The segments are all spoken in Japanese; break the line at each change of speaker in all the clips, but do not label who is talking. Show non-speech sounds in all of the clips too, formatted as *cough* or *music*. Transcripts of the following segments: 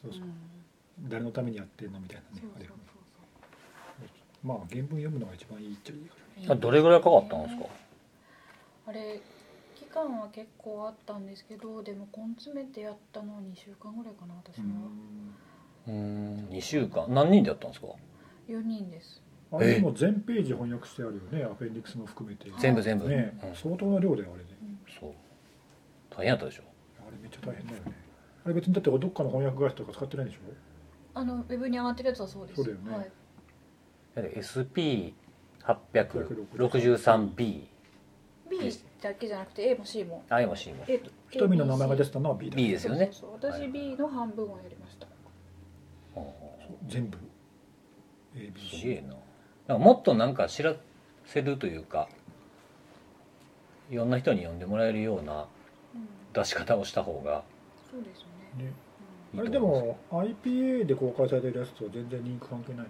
そうそう、誰のためにやってんのみたいなねあれはねまあ原文読むのが一番いいっちゃいいからね
あどれぐらいかかったんですか、
あれ期間は結構あったんですけどでも根詰めてやったのは2週間ぐらいかな私
う
は
ん
うーん2週間何人でやったんですか
4人です
あれでも全ページ翻訳してあるよねアフェンディクスも含めて
全部全部、
ね
うん、
相当な量だよあれで
そう大変やったでしょ
あれめっちゃ大変だよねあれ別にだってどっかの翻訳会社とか使ってないんでしょ
あのウェブに上がってるやつはそうです
そうだよね
はい、
だって SP863B
B だけじゃなくて A も C も
I も C も
A と
瞳の名前が出
て
てたのは B だ
B ですよね
そうそうそう
は
私
い
B の半分をやりました
うん
そう全部
すげ
ABC
えななんかもっとなんか知らせるというかいろんな人に読んでもらえるような
うん
出し方をした方が
そうですよね
ね
うん
あれでも IPA で公開されてるやつとは全然リンク関係ないのあ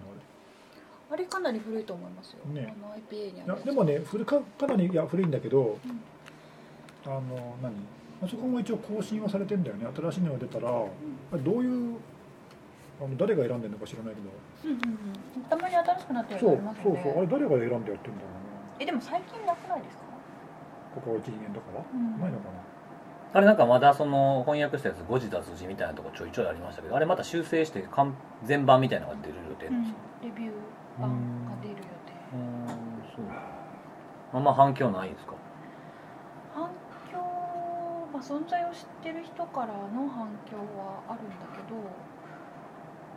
あれかなり古いと思いますよ、
ね
あの IPA にあ
れい
る
やでもね古かかなりいや古いんだけど
うん
あの何あそこも一応更新はされてんだよね新しいのが出たらあれどういうあの誰が選んでるのか知らないけど
うんうんうんたまに新しくなってる
そ
のあ
う
ります
そ
よ
う
ね
そうあれ誰が選んでやってんだろうね
えでも最近なくないですか、
ここは1年だから
うん
ないのかな
あれなんかまだその翻訳したやつ誤字脱字みたいなとこちょいちょいありましたけどあれまた修正して完全版みたいなのが出る予定
う
な
ん
んですよ、、
レビュー版が出る予定
うーん、そうあんま反響ないんですか
反響、まあ、存在を知ってる人からの反響はあるんだけど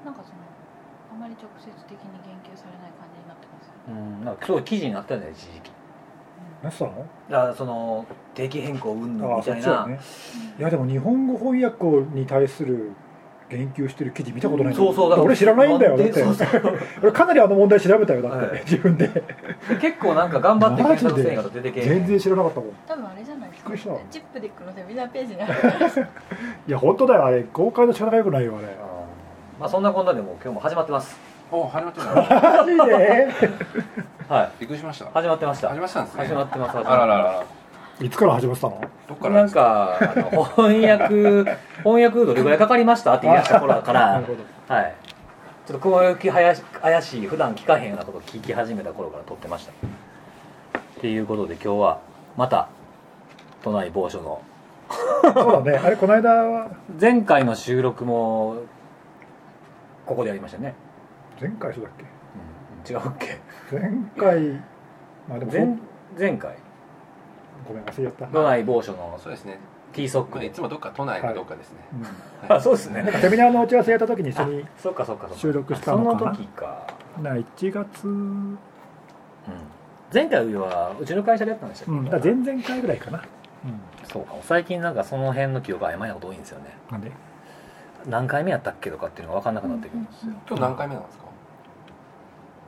なんかそのあまり直接的に言及されない感じになってますよね、
うんなんかすごい記事になったじゃない一時期
なってたの
あその定期変更云々
ああ
み
そ
た
っ
い
ちだ
な、
ね
うん
いやでも日本語翻訳に対する言及してる記事見たことないんだ
そうそうだから
俺知らないんだよだっ
で
て
そうそう
俺かなりあの問題調べたよだって、
はい
自
*laughs*
分で
結構なんか頑張って検索せんかと出てけえへん
全然知らなかったもんい
多分あれじゃないですか
びっくりした
チップディックのセミナーページにある
や本当だよあれ公開の仕方がよくないよあれ
まあそんなこんなでもう今日も始まってます。
お始まってた
マジで
は
びっくりしました
い。始まってました。
始まってたんですね
始まってます。
あらららら
*laughs* いつから始まってたの
どっ
始まってます
から
なんかあの
*laughs*
翻訳翻訳どれぐらいかかりましたって言い出した頃か
な
ら
る、ほど
はい。ちょっとこういうき怪し怪しい普段聞かへんようなことを聞き始めた頃から撮ってました。っていうことで今日はまた都内某所の
そうだねあれこの間は
前回の収録もここでやりましたよね。
前回そうだっけ
うん、違うっけ？
前回まあでもそう
前前回
ごめん忘れちゃった、
都内某所の
そうですね
T ソッ
ま
ク
あ
で
いつもどっか都内のどっかですね、
うん、
あそうですね
なんかセミナーの打ち合わせやった時に一緒に
そっかそっかそっか
収録したのかな
その時か、
な1月、うん、
前回はうちの会社でやったんでしたっ
だ
け、
から前々回ぐらいかな、うん、
そうか最近なんかその辺の記憶が曖昧なこと多いんですよね
なんで
何回目やったっけとかっていうのが分かんなくなってくるんですよ、
今日何回目なんですか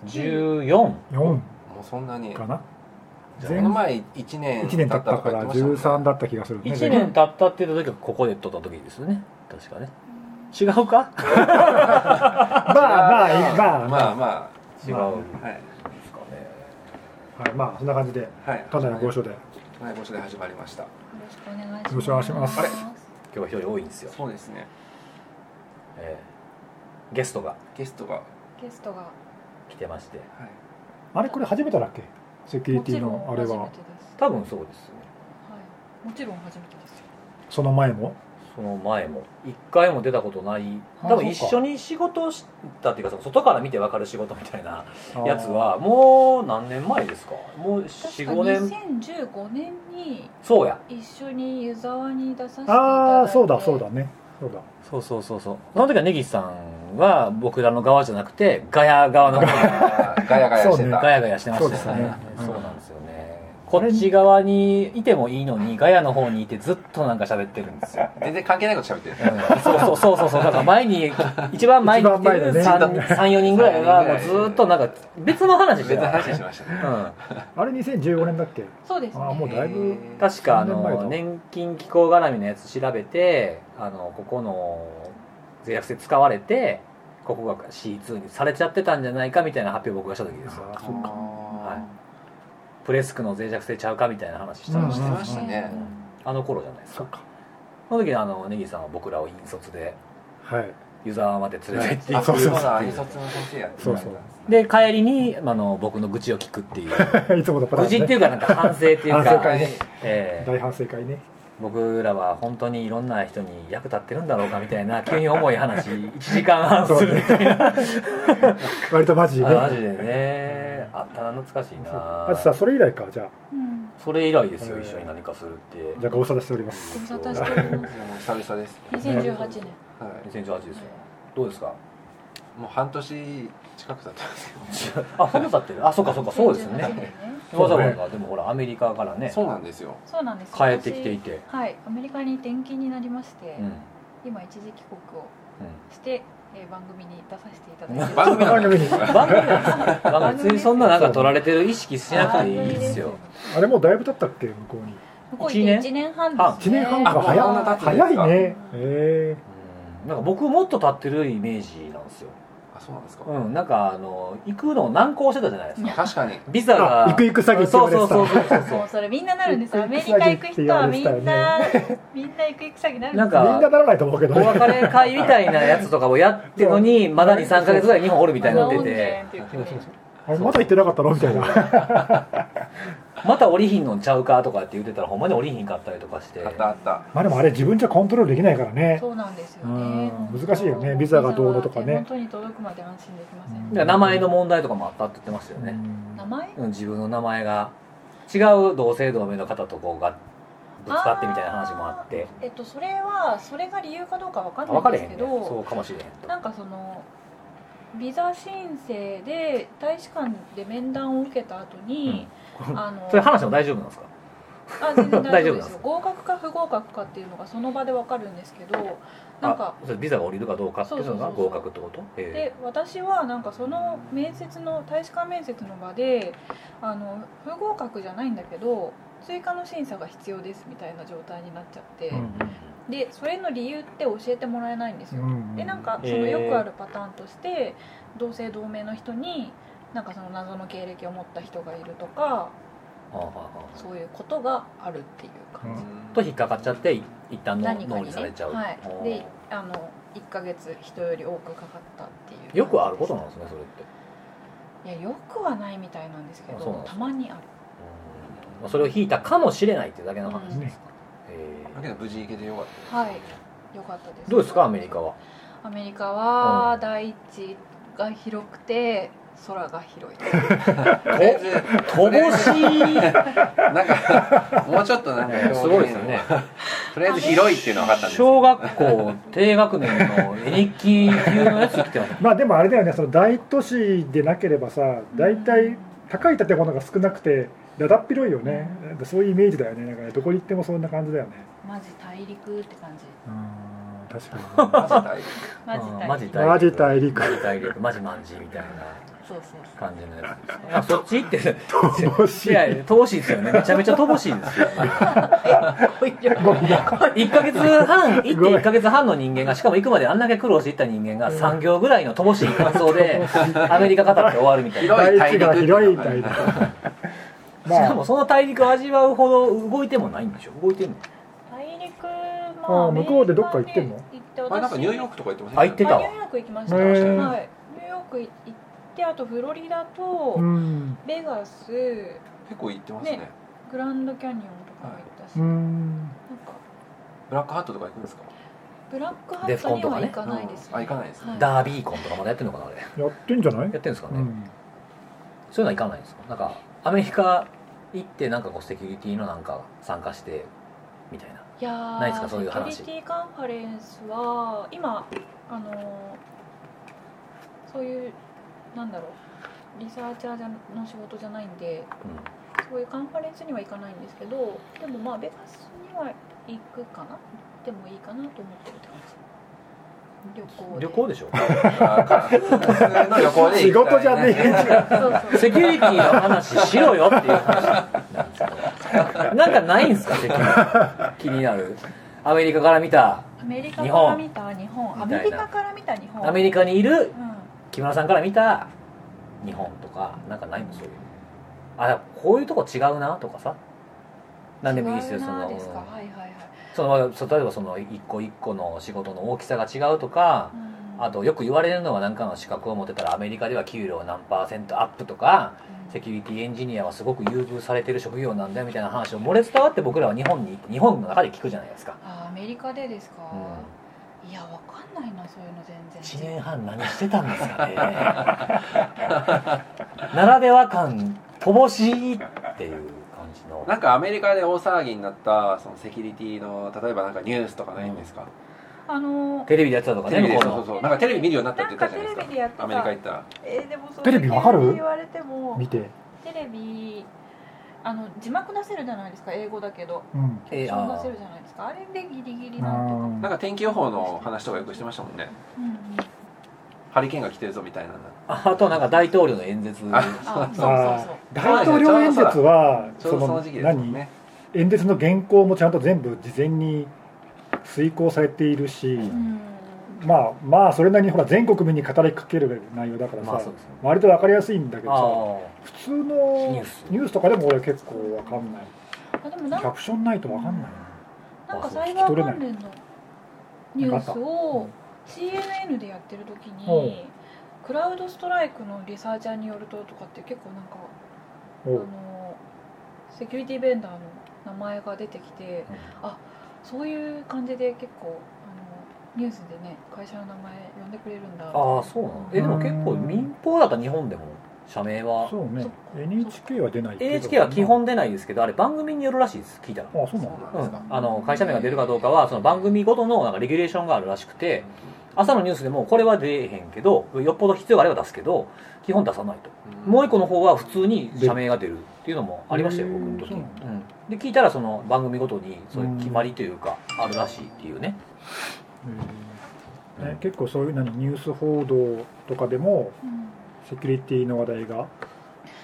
14
4
もうそんなに
か
こ
な前
の前1年
1年経ったから13だ
っ
った気がするね
1年経ったって言った時はここで撮った時ですよね確かね違うか
まあまあいいまあ
ま
ま
あま
違う
まあ
あはい
ですかね
あはいまあそんな感じで
はい
ただのご
所
所で
都内御所で始まりました
よろしくお願いします
よろしくお願いします
あれ
今日は一人多いんですよ、
そうですね
ええゲストが
ゲストが、は
ゲストが
来てまして
い、
あれこれ初めてだっけセキュリ
も
テ
ち
ィ
ろん
のあ
初
れ
めてです、
は
多分そうですね
はい、もちろん初めてですよ
その前も
その前も一回も出たことない
あ
多分一
そうか
緒に仕事をしたっていうかその外から見て分かる仕事みたいなやつ
あ
はもう何年前ですかもう
確か
45年
2015年に
そうや
一緒に湯沢に出させていただ
ー
い
あ
て
ーそうだそうだねそうだ
そうそうそうそうその時は根岸さんは僕らの側じゃなくてガヤ側のガ
あーガヤガヤしてた、
ヤガヤしてました
そうですねうん
そうなんですよねこっち側にいてもいいのにガヤの方にいてずっとなんか喋ってるんですよ、
全然関係ないこと喋ってる
うんそうそうそうそうそうだから前に一番前に来てる
一番前だね
34人ぐらいがもうずーっとなんか別の話して
別の
た
話しましたね
うん
あれ2015年だっけ
そうですね
あーもうだいぶ
確かあ
三年前だ
の年金機構絡みのやつ調べてあのここの税額制使われてここが C2 にされちゃってたんじゃないかみたいな発表を僕がした時ですよ
あーそっか
はいプレスクの脆弱性ちゃうかみたいな話した
うん
の
してましたね、
あの頃じゃないです
そ
か
っか
その時にあのネギさんは僕らを引率で
はい
湯沢まで連れて行って
あそうそうそう
今の挨拶の先生やってもらったんですね
で帰りにあの僕の愚痴を聞くっていう
*laughs* いつものパター
愚
ンね
痴っていうかなんか反省っていう
反省
か
会、ね
ええ
大反省会ね
僕らは本当にいろんな人に役立ってるんだろうかみたいな急に重い *laughs* 話1時間半するみたいな、
割とマジね
あマジでねあったな懐かしい
そう
な
あとさそれ以来かじゃあ
うん
それ以来ですよ
うん
一緒に何かするっ
じゃ
て
あご無沙汰しております
ご無沙汰しております
いやもう久々です。
2018年
はい。
2018ですよどうですか
もう半年近く経ってますけど。
あそんな経ってるあそうかそうかそうですよ
2018年
ね
ね
わざわざでもほらアメリカからね
そうなんですよ。
そうなんです
帰ってきていて
私はいアメリカに転勤になりまして、
うんうん
今一時帰国をして、えー番組に出させていただいてる
番組な
番
の
組に
番組なん
*laughs*
ですよま *laughs* あ別にそんななんか取られてる意識しなくていいですよ
あれもうだいぶ経ったっけ向こうに
向こう行って1年半です
1年半
あ
か
もう
早
そんな経
い
つんです
早
か
いねえ
うんなんか僕もっと立ってるイメージなんですよ
あ、そうなんですか。
うんなんかあの行くの難航してたじゃないですか
確かに。
ビザが
あ行く行く詐欺って言われてた
そうそうそうそう
もうそれみんななるんですよアメリ
行く
カ
行
行
く
く
詐欺って
人
言わ
は
れて
み
たよ
んな
ね
みんな行く行く詐欺になるん
な
で
ん
え
すよ
みんな
か
ならないと思うけど
お
ね
別れ会みたいなやつとかをやってのにまだ23か月ぐらい日本おるみたいになってて
て言ってね
あれ *laughs* まだ行ってなかったのみたいな
また降りひんのんちゃうかとかって言ってたらほんまに降りひんかったりとかして
あったあった。
まあでもあれ自分じゃコントロールできないからね
そうなんですよ
うん
ね本当
難しいよねビザがどうのとかね
本当に届くまで安心できません、
うん
名前の問題とかもあったって言ってましたよね、
名前
うん自分の名前が違う同姓同名の方とこうがぶつかってみたいな話もあって
えっとそれはそれが理由かどうかわかん
分か
ない
れ
ん
へ
です
んね
け
そ
ど
うかもしれへんと
なんかそのビザ申請で大使館で面談を受けた後に、あの
*laughs* それ話も大丈夫なんですか
あ全然大丈夫
大丈夫
で
な
す
んで
よ
す
合格か不合格かっていうのがその場でわかるんですけどなんか
あそれビザが降りるかどうかっていうの
そ
が
うそうそう
合格ってことえ
で私はなんかその面接の大使館面接の場であの不合格じゃないんだけど追加の審査が必要ですみたいな状態になっちゃって、
うん
でそれの理由って教えてもらえないんですよ、でなんか
え
そ
ー
のよくあるパターンとして同姓同名の人になんかその謎の経歴を持った人がいるとか
あああああ
そういうことがあるっていう感じ、
あと引っかかっちゃってい一旦の
何か
脳
に
に
ね
されちゃう、
はい
おー
であの1ヶ月人より多くかかったっていう
よくあることなんですねそれって、
いやよくはないみたいなんですけ
あそうなん
ど
で
た
すか
まにある
まあそれを引いたかもしれないっていうだけの話です、
ね
え
だけど無事行けてよかったです。
はいよかったです
ーどうですかアメリカは
アメリカは
うん
大地が広くて空が
*laughs*
広い
とりあえず
乏し
なんかもうちょっとなんか表現
い
を
すごいですよね
とりあえず広いっていうのは分かったんですよ。
小学校低学年の絵日記級のやつ来てます
まあでもあれだよねその大都市でなければさ大
う
体
ん
高い建物が少なくてだだっ広いよね、そういうイメージだよねなんかねどこに行ってもそんな感じだよね
マジ大陸って感じ
うん確か
マジ大
マジ
う
大
ん
陸
マジ大陸
マジ大陸マジマンジみたい
そうそうそう
な感じのやつですあそっち行って
乏しい
いやいや乏しいですよねめちゃめちゃ乏しいですよ1ヶ月半行って
ごめん
1ヶ月半の人間がしかも行くまであんだけ苦労していった人間が3行ぐらいの乏しい感想 *laughs* でアメリカ語って終わるみたいな
広い
大
大陸
地が広い大陸
しかもその大陸を味わうほど動いてもないんでしょ動いてんの
大陸
あー向こうでどっか行ってんの
アメリカで行って
前なんかニューヨー
ク
クとか行ってません
あ行ってた
ニューヨーク行きました、
へー
はいニューヨーク行ってあとフロリダと、
うん
ベガス
結構行ってますね
ねグランドキャニオンとかも行ったし、
うん
なんか
ブラックハットとか行くんですか。
ブラックハ
デ
ッ
フコ
トに
ンとか
は
ね
行かないです、
うんあ行かないですね
は
ダービーコンとかまだやってんのかなあれや
やってんじゃない、
ってんですかね、
うん
そういうのはいかないんですかなんかアメリカ行ってなんかこうセキュリティのなんか参加してみたいない
やー
ないですかそういう話
セキュリティカンファレンスは今あのーそういうなんだろうリサーチャーじゃの仕事じゃないんでそういうカンファレンスには行かないんですけどでもまあベガスには行くかなでもいいかなと思ってるって感
うん
じ旅行
旅
で
行でしょ
あか普通の旅行で
仕
行きた
事
い
じゃねえじゃん
そうそう
セキュリティの話しろよっていう話なんですけどなんかないんですかセキュリティ気になるアメリカから見た
アメリカから見た日本アメリカから見た日本
アメリカにいる
うん
木村さんから見た日本とかなんかないのそういうあこういうとこ違うなとかさ何でもいいですよ
違う
そ
な
の
あですかはいはいはい
そのそう例えばその一個一個の仕事の大きさが違うとか
う、ん
あとよく言われるのは何かの資格を持ってたらアメリカでは給料何パーセントアップとかセキュリティエンジニアはすごく優遇されてる職業なんだよみたいな話を漏れ伝わって僕らは日本に日本の中で聞くじゃないですか、
あアメリカでですか、
う
いやわかんないなそういうの全
ん、
然
1年半何してたんですかね *laughs* ならでは感乏しいっていう感じの
なんかアメリカで大騒ぎになったそのセキュリティの例えばなんかニュースとかないんですか、
あの
テレビでやってたとか
テ
ね
レビ
向
で
こう
そうそ
の
うそうなんかテレビ見るようになったって言ったじゃないで
なんかテレビですやって
か
た
アメリカ行ったら
えーでもそれ
テレビわかる
言われて *laughs* も
見て、
テレビあの字幕出せるじゃないですか英語だけど
うん、
えー
字幕
あ
出せる
ー
じゃないですかあれでギリギリなんとか、
あ
なんか天気予報の話とかよくしてましたもんね
うんうん、
ハリケーンが来てるぞみたいな
あとなんか大統領の演説
あそうそうそう
あ大統領演説は
ちょうどその時期ですもんね
何演説の原稿もちゃんと全部事前に遂行されているし、
うん
まあまあそれなりにほら全国民に語りかける内容だからさ、
まあそうですね
割と分かりやすいんだけ
あ
どさ普通の
ニュース
ニュースとかでも俺結構分かんない
あでも
キ
なん
ャプションないと分かんない
なんかサイバー関連のニュース
う
を
ん
CNN でやってる時
うん
にクラウドストライクのリサーチャーによるととかって結構なんかあ
おう
のセキュリティベンダーの名前が出てきて
あ
そういう感じで結構あのニュースでね会社の名前呼んでくれるんだ
あーそうなのえでも結構民放だったら日本でも社名は
そうね
そっか
NHK は出ないけど
NHK は基本出ないですけどあれ番組によるらしいです聞いたら
あそうなんだ
そう
う
なんですか
ん、あの会社名が出るかどうかはその番組ごとのなんかレギュレーションがあるらしくて朝のニュースでもこれは出えへんけどよっぽど必要があれば出すけど基本出さないともう一個の方は普通に社名が出るっていうのもありましたよ
へ
僕
ー
の時、
そううんなんだ、
で聞いたらその番組ごとにそういう決まりというかあるらしいっていうね、
うんね、結構そういう何ニュース報道とかでも
うん
セキュリティの話題が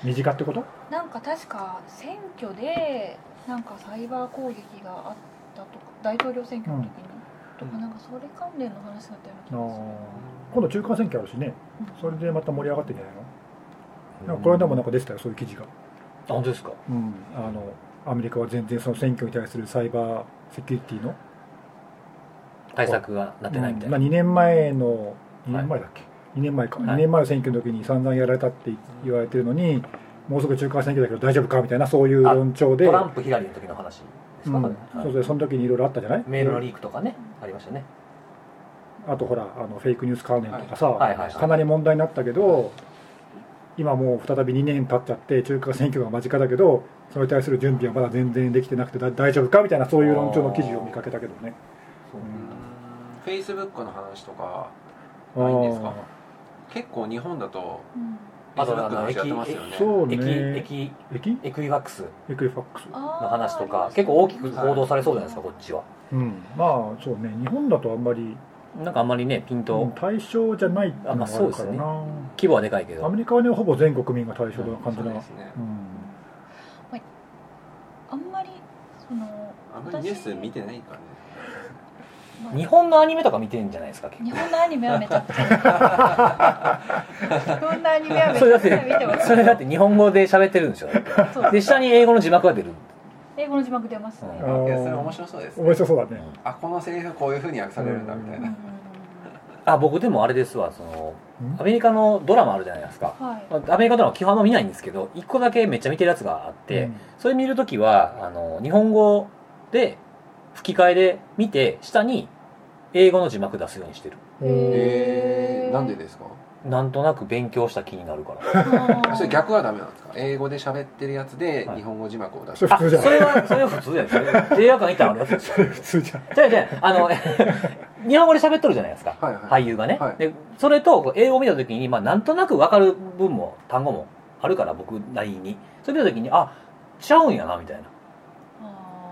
身近ってこと
なんか確か選挙でなんかサイバー攻撃があったとか大統領選挙の時に、とかなんかそれ関連の話だったような気
あ
がする
ー今度中間選挙あるしね
うん
それでまた盛り上がってんじゃないのなんかこの間もなんか出てたよそういう記事が、
あ本当ですか
うん、あのアメリカは全然その選挙に対するサイバーセキュリティの
対策がなってないみたいな、
うんまあ、2年前の2年前だっけ、2年前か、
はい
2年前の選挙の時に散々やられたって言われてるのにもうすぐ中間選挙だけど大丈夫かみたいなそういう論調で
トランプヒラリーの時の話ですか、
うん
これ
そうそうその時にいろいろあったじゃない
メールのリークとかねありましたね
あとほらあのフェイクニュース関連とかさ、
はいはいはい
かなり問題になったけど今もう再び2年経っちゃって中間選挙が間近だけどそれに対する準備はまだ全然できてなくてだ大丈夫かみたいなそういう論調の記事を見かけたけどね
そう
フェイスブックの話とか
あ
ないんですか
ー
結構日本だと
うん
フェイスブックの話やってますよね
そうね
駅駅
駅
エクイワックス
エクイファックス
の
の
話とか結構大きく報道されそうじゃないですかこっちは
うんまあそうね日本だとあんまり
なんかあんまりねピンと、
うん対象じゃないっていうのがあるから
あ
な、
規模はでかいけど
アメリカはねほぼ全国民が対象な感じ
そう
な、
ですね
うん
あんまりその、
あんまりニュース見てないからね
まあ
日本のアニメとか見てんじゃないですか結
日本のアニメはめちゃくち
*laughs*
ゃ日本のアニメはめち
構それだ
ゃ
っ
くちゃ見て
て
ます
*laughs* それだって日本語で喋ってるんでしょ
そう
で下に英語の字幕が出る
英語の字幕出ますね、
う
うん
ん
あー
いやそれ面白そうですね
面白そうだね
あこのセリフこういうふうに訳されるんだみたいな
あ僕でもあれですわその
ん
アメリカのドラマあるじゃないですか
はい、
まあアメリカドラマ基本あんま見ないんですけど一個だけめっちゃ見てるやつがあって、
うん
それ見るときはあの日本語で吹き替えで見て下に英語の字幕出すようにしてる
え
へー
なんでですか
なんとなく勉強した気になるから
それ逆はダメなんですか英語で喋ってるやつで
はい
日本語字幕を出
ー
し
そ
て、
れ普
あそ
通じゃん
れはそれは普通じゃないですか映画館行ったらあるやつです
それ普通じゃん
じゃあじゃああの *laughs* 日本語で喋っとるじゃないですか、
はいはい
俳優がね、
はい
でそれとこう英語を見た時に、まあ、なんとなく分かる文も単語もあるから僕なりにそれ見た時にあちゃうんやなみたいな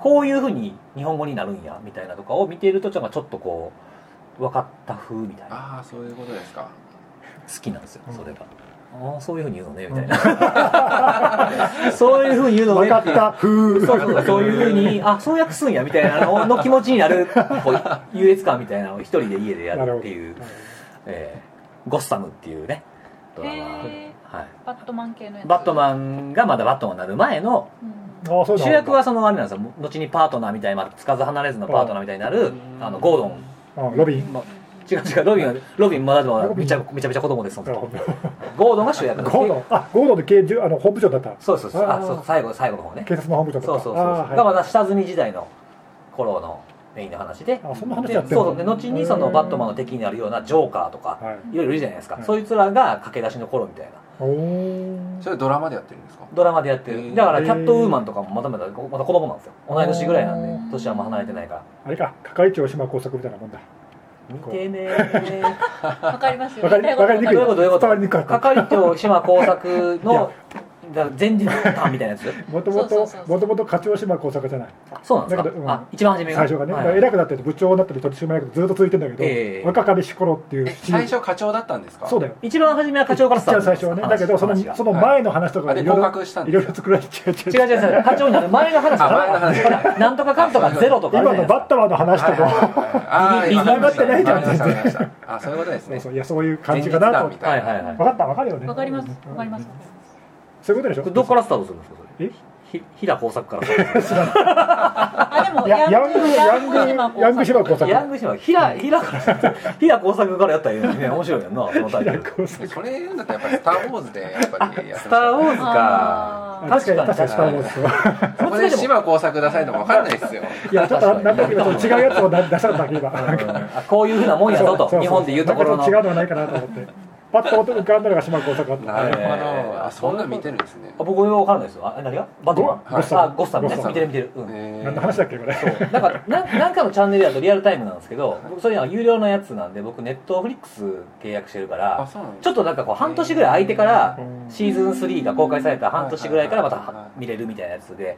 こういうふうに日本語になるんやみたいなとかを見ているとちょっとこう分かった風みたいな
ああそういうことですか
好きなんですよ
うん
それが、ああそういうふうに言うのねみたいな、 *laughs* そういうふうに言うの
分
ね
かっ
みいな
たふう
そうそうそういうふうにあそう訳すんやみたいなのの気持ちになるこう優越感みたいなのを一人で家でやるっていう「えーゴッサム」っていうねドラマ、
へ
はい、
バットマン系のやつ
バットマンがまだバットマンになる前の
うん
あーそうだ
主役はそのあれなんですよ後にパートナーみたいなつかず離れずのパートナーみたいになる
うん
あのゴードン
あロビン
ま違う違うロビンはロビンまだまだ
ロビン
めちゃめちゃめちゃ子供ですその
なるほ
時
ど
ゴードンが主役
ゴードンあゴードンで刑事あの本部長だった
そうそうそうあ
あー
そう最後最後の方ね
警察の本部長だった
そうそうそう
あーはい
がまだ下積み時代の頃のメインの話で
あそんな話
で
やっ
そう
てる
そうで後にそのバットマンの敵になるようなジョーカーとか
はい
いろいろいるじゃないですか、
はい
そいつらが駆け出しの頃みたいな
おー
それドラマでやってるんですか
ドラマでやって
へ
る
ー
だからキャットウーマンとかもまだまだまだ子供なんですよ同い年ぐらいなん
う
で年はあんま離れてないから
あれか係長島工作みたいなもんだ
見てねー
わかりますよ
わかり
言いた
わかりに
い
くい
どういうことどういうこと
伝わりにくかった
係長島耕作
い
のだ前日談みたいなやつ
もともと
そうそうそうそう
もともと課長島工作じゃない
そうなんですか、
だけどうん
あ一番初め
最
が
初がね、
は
だ
い
から偉くなって部長になったり取締役ずっと続いてんだけど、
ええ
若かりし頃っていう
え最初課長だったんですか
そうだよ
一番初めは課長からスタ
じゃ
ー
あ
ト
最初はねだけどその
話が
その前の話とか
あ
で
で
いろい
合
ろ
格したん
い
で
ろい
す
ろ
か
作られちゃう違う
違う違う違う課長になる前の話だ
あ前の話
ほらなんとかかんとかゼロとかある
今
じゃない
の
です
バッ
か
タマンの話とか、
はいはいはいあー
右
今
曲がって
ないじゃん
わかりましたわかりましたあそういうことです
そう
ね
*laughs* そういやそういう感じかなと
前日談み
分
たい
は
な
いはいはい
かった分かるよね
わかりますわかります
う
わ
ん
かります
そういうことでしょ
これどこからスタートするんですかそれ
え
ひ平耕作からスタートす
あでも
いやヤングヤング
島耕作
ヤング島工作
るヤングシマ平平から平耕作からやったらいいのにね面白いやんなそのタイト
ヤン
ル
グ工作
それだったらやっぱり「スター・ウォーズ」でやっぱりやってましたね
スター・ウォーズか
あー
確かに
確かにスター・ウォーズと
ここで島工作出されても分かんないですよ
いやちょっとなんだっけ今
確かに
ちょっと違うやつを出したんだけど今なんか
うんあこういうふうなもんやぞと
そうそうそう
日本でいうところの
なんかちょっ違うのはないかなと思ってパッと浮かんだのが島工作だった
なるほど、
えー
あそんなん見てるんですね
あ僕は分からないですよあ何がバットマン
ゴッサム
あゴッサムね
ゴッサム
見てる見てるうん
え
何の
ー
話だっけこれ
そうなんかなんなんかのチャンネルやとリアルタイムなんですけど僕そういうのは有料のやつなんで僕ネットフリックス契約してるか
あ
ら
そうなんです
ちょっとなんかこう半年ぐらい空いてから
うん
シーズン3が公開された半年ぐらいからま
はいはいはいは
た
い
見れるみたいなやつで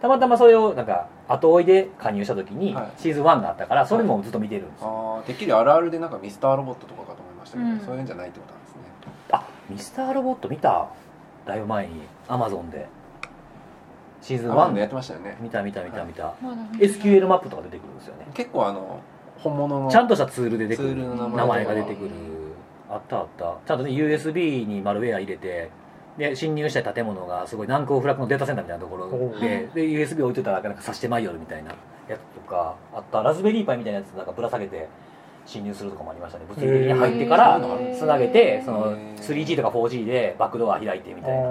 たまたまそれをなんか後追いで加入した時に
はい
シーズン1があったからそれもずっと見てるんですよ
あーてっきりあるあるでなんかミスターロボットとかかと思いましたけど、
うん
そういうんじゃないってことなんですね
あミスターロボット見ただいぶ前にアマゾンでシーズン
アマン
1
でやっ
で
てましたよね
見た見た見た見た
まだ
SQL マップとか出てくるんですよね
結構あの本物の
ちゃんとしたツールで出て
ツ
くる
ールの名前
名前が出てくる
うん
あったあったちゃんとね USB にマルウェア入れてで侵入したい建物がすごい難攻不落のデータセンターみたいなとこ
お
ろ
う
でで USB 置いてたらなんか刺してまいよるみたいなやつとかあったラズベリーパイみたいなやつなんかぶら下げて侵入するとかもありましたね物理的に入ってか
へ
ら
ー
つなげてそ
へ
の
ー
3G とか 4G でバックドア開いてみたいな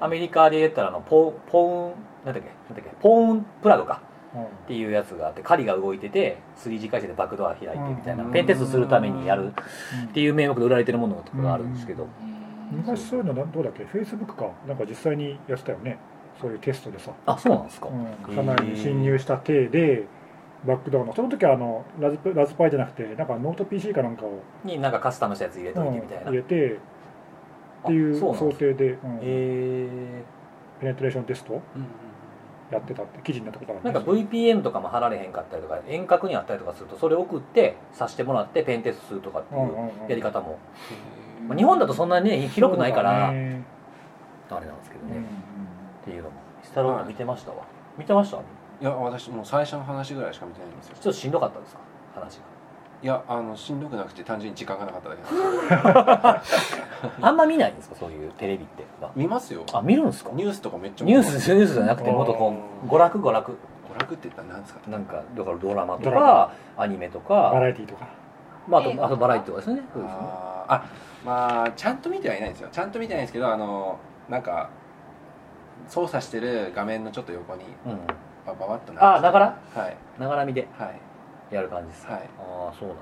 あ
アメリカで言ったらあのポポーンなんだっけなんだっけポーンプラグか
ー
っていうやつがあって狩りが動いてて 3G 回線でバックドア開いてみたいな
うん
ペンテストするためにやるっていう名目で売られてるものとかがあるんですけど
うん昔そういうのなんどうだっけフェイスブックかなんか実際にやってたよねそういうテストでさ、
あそうなんですか、
うん、かなり侵入した体でバックドアのその時はあのラズプラズパイじゃなくてなんかノート PC かなんかを、
になんかカスタムしたやつ入れ
う
とい
ん
てみたいな、
入れてっていう
あそうなん
想
です
定で、うん
へえ
ペネトレーションテスト
うんうん
やってたって記事になったことある
なんか VPN とかも貼られへんかったりとか遠隔にあったりとかするとそれ送ってさしてもらってペンテストするとかっていうやり方も、
うん
まあ、日本だとそんなにね広くないから、
ね
あれなんですけど
うん
ね、っていうのもミスタロー見てましたわ見てましたちょ
いや私もう最初の話ぐらいしか見てないんですよ
っとしんどかったですか話が
いやあのしんどくなくて単純に時間がなかっただけなんです
あんま見ないんですかそういうテレビって普段
見ますよ
あ見るんですか
ニュースとかめっちゃ
ニュースニュースじゃなくてもっとこう
うん
娯楽娯楽
娯楽って言ったら何ですか
なんかだからドラマと
ド
かアニメと
バラ
か、
エティーとか
まあ、あと
映画
あとバラエティとかですねそうですね
あーあまあちゃんと見てはいないんですよちゃんと見てないんですけどあのなんか操作してる画面のちょっと横に
うん
バババッと
あーだから
はい
ながら見で
はい
やる感じです、
はい
ああそうなん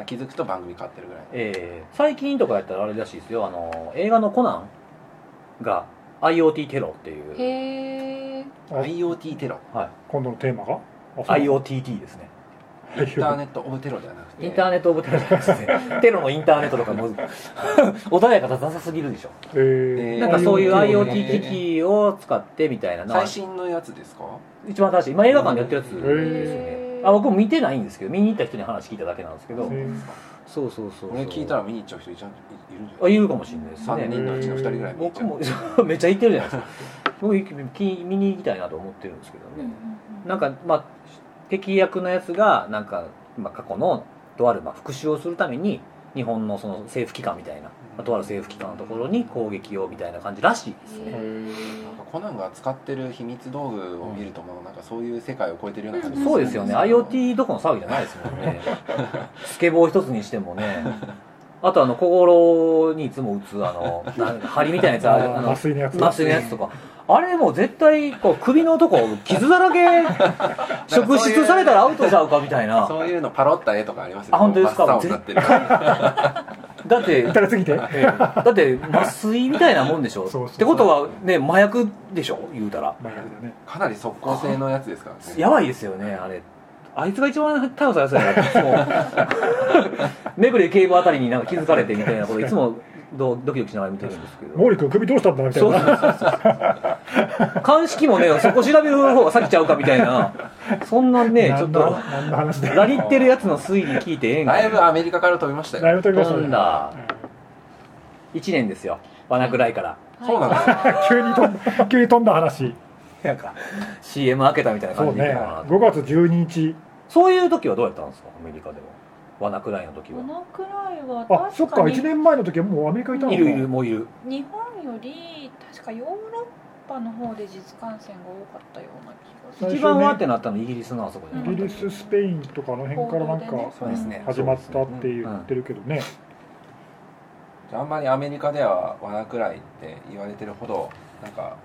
や
気づくと番組変わってるぐらい
えー最近とかやったらあれらしいですよあの映画の「コナン」が IoT テロっていう
へえ
あ
IoT テロ
今度のテーマがあそう
IoTT ですね
インターネットオブテロではなくて
インターネットオブテロじゃないですねテロのインターネットとかも *laughs* う穏やかなさすぎるでしょ
えー
なんかそういう
IoT
IoT 機器を使ってみたいな
最新のやつですか
一番新しい今映画館でやってるやつですよ
へ
ね
ー
あ僕も見てないんですけど見に行った人に話聞いただけなんですけど
へー
そうそうそう
俺聞いたら見に行っちゃう人いちゃんいいるんじゃ
あ
ない
言うかもしれないです
3
ね
人のうちの2人ぐらい見に行っち
僕
ゃう
も *laughs* めっちゃ行ってるじゃないですか僕き見に行きたいなと思ってるんですけど
うんうん
ね、
うん
なんかまあ敵役のやつがなんか、まあ、過去のとあるまあ復讐をするために日本のその政府機関みたいな、まあとある政府機関のところに攻撃をみたいな感じらしいですね、
なんかコナンが使ってる秘密道具を見るともうなんかそういう世界を超えてるような感じ
そうですよね IoT どこの騒ぎじゃないですもんねスケボー一つにして
*laughs*
もねあとあの小五郎にいつも打つあのなん針みたいなやつあるあ
あ
の
麻酔のやつ
麻酔のやつとかあれもう絶対こう首のとこ傷だらけ
*laughs*
職質されたらアウトちゃうかみたいな
そういうのパロった絵とかありますよ
あ本当ですか
真っ青になってるから
だって
至らすぎて
ええだって麻酔みたいなもんでしょ
そうそうそう
ってことはね麻薬でしょ言うたら
まあやるよね
かなり即効性のやつですからね
やばいですよねあれあいつが一番逮捕されそうやな
*laughs*
もうめぐれ警部あたりになんか気づかれてみたいなこといつもドドキドキしながら見てるんですけど
毛利君首どうしたんだみたい
そうそう
な
そうそう鑑識もねそこ調べる方が先ちゃうかみたいなそんなねちょっ
何の
と
何の話で
ラリってるやつの推理聞いてええんか
だいぶアメリカから飛びました
だい
よ
ぶ飛びました
飛んだ1年ですよ罠くらいから
そうなんです
はい
急に飛んだ
*laughs*
急に飛んだ話
なんか CM 開けたみたいな
そう
感じでい
ね
いかな
5月12日
そういう時はどうやったんですかアメリカでは罠くらいの時
こ
は
のくらいは
あそっ
確
か
かに
1年前の時はもうアメリカいたの
い
か
るいるもういる
日本より確かヨーロッパの方で実感染が多かったような気が
最初
す
一
る
ね
番わーってなったのイギリスのあそこじゃなか
イ
った
ギリススペインとかあの辺からなん
報道でね
か
そうですね
始まったって言ってるけどね
あんまりアメリカでは罠くらいって言われてるほどなんか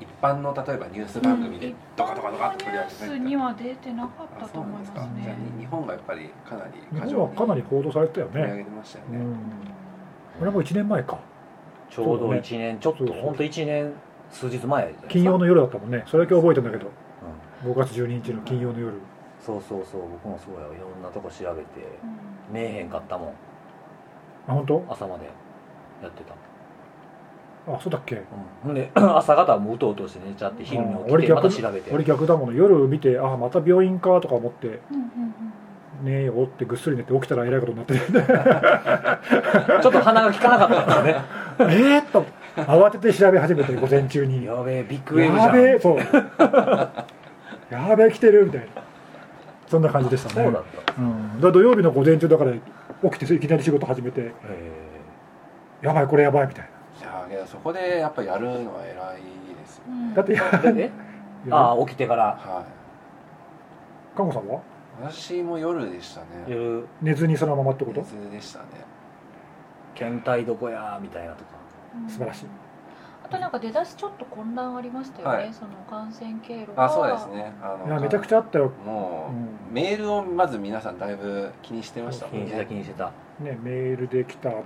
一般の例えばニュース番組でドカドカドカって
うん
取
一般のニュー
り上げ
ス
て
には出てなかった
あ
と
そうな
思い
んです
ま
か
す
じゃ
ね
あ日本がやっぱりかなり過
日本
剰
は
に
かなり報道されてたよ
取り上
ね
げてましたよ
う
ね、
んこれも1年前か
ちょうど
そうね
1年ちょっと
そうそう
本当1年数日前じゃないですか
金曜の夜だったもんねそれだけ覚えてんだけど
うん
5月12日の金曜の夜
そうそうそう僕もそうやわいろんなとこ調べて
うん
ねえへんかったもん
あ本当
朝までやってた
あそうだっけ
うんほんで *clears throat* 朝方はもううとうとして寝ちゃって昼に
あ
起き
俺
てま
逆
た
に
調べて
俺逆だもの夜見てあまた病院かとか思って
うんうんうんうん
ねえよってぐっすり寝て起きたらえらいことになってて
ちょっと鼻が効かなかったんです
*laughs*
ね
*laughs* えーっと慌てて調べ始めて午前中にや
やべえビッグウェーブじゃん
べえそうやべえ来てるみたいなそんな感じでしたね
そうだったへ
うん、だ土曜日の午前中だから起きていきなり仕事始めて
え
やばいこれやばいみたい
いやけどそこでやっぱやるのは偉いですよ
うん
なだってや
え
や
ああ起きてから
はい
看護さんは
私も夜でしたね
夜
寝ずにそのままってこと
夜でしたね
検体どこやみたいなとか
うん
素晴らしい
あとなんか出だしちょっと混乱ありましたよね、
はい
その感染経路が
あそうですねあ
い
の
やめちゃくちゃあったよ、
も
う
うメールをまず皆さんだいぶ気にしてましたも
気に
ん
してた
ね
気にしてた
んね、メールで来ただの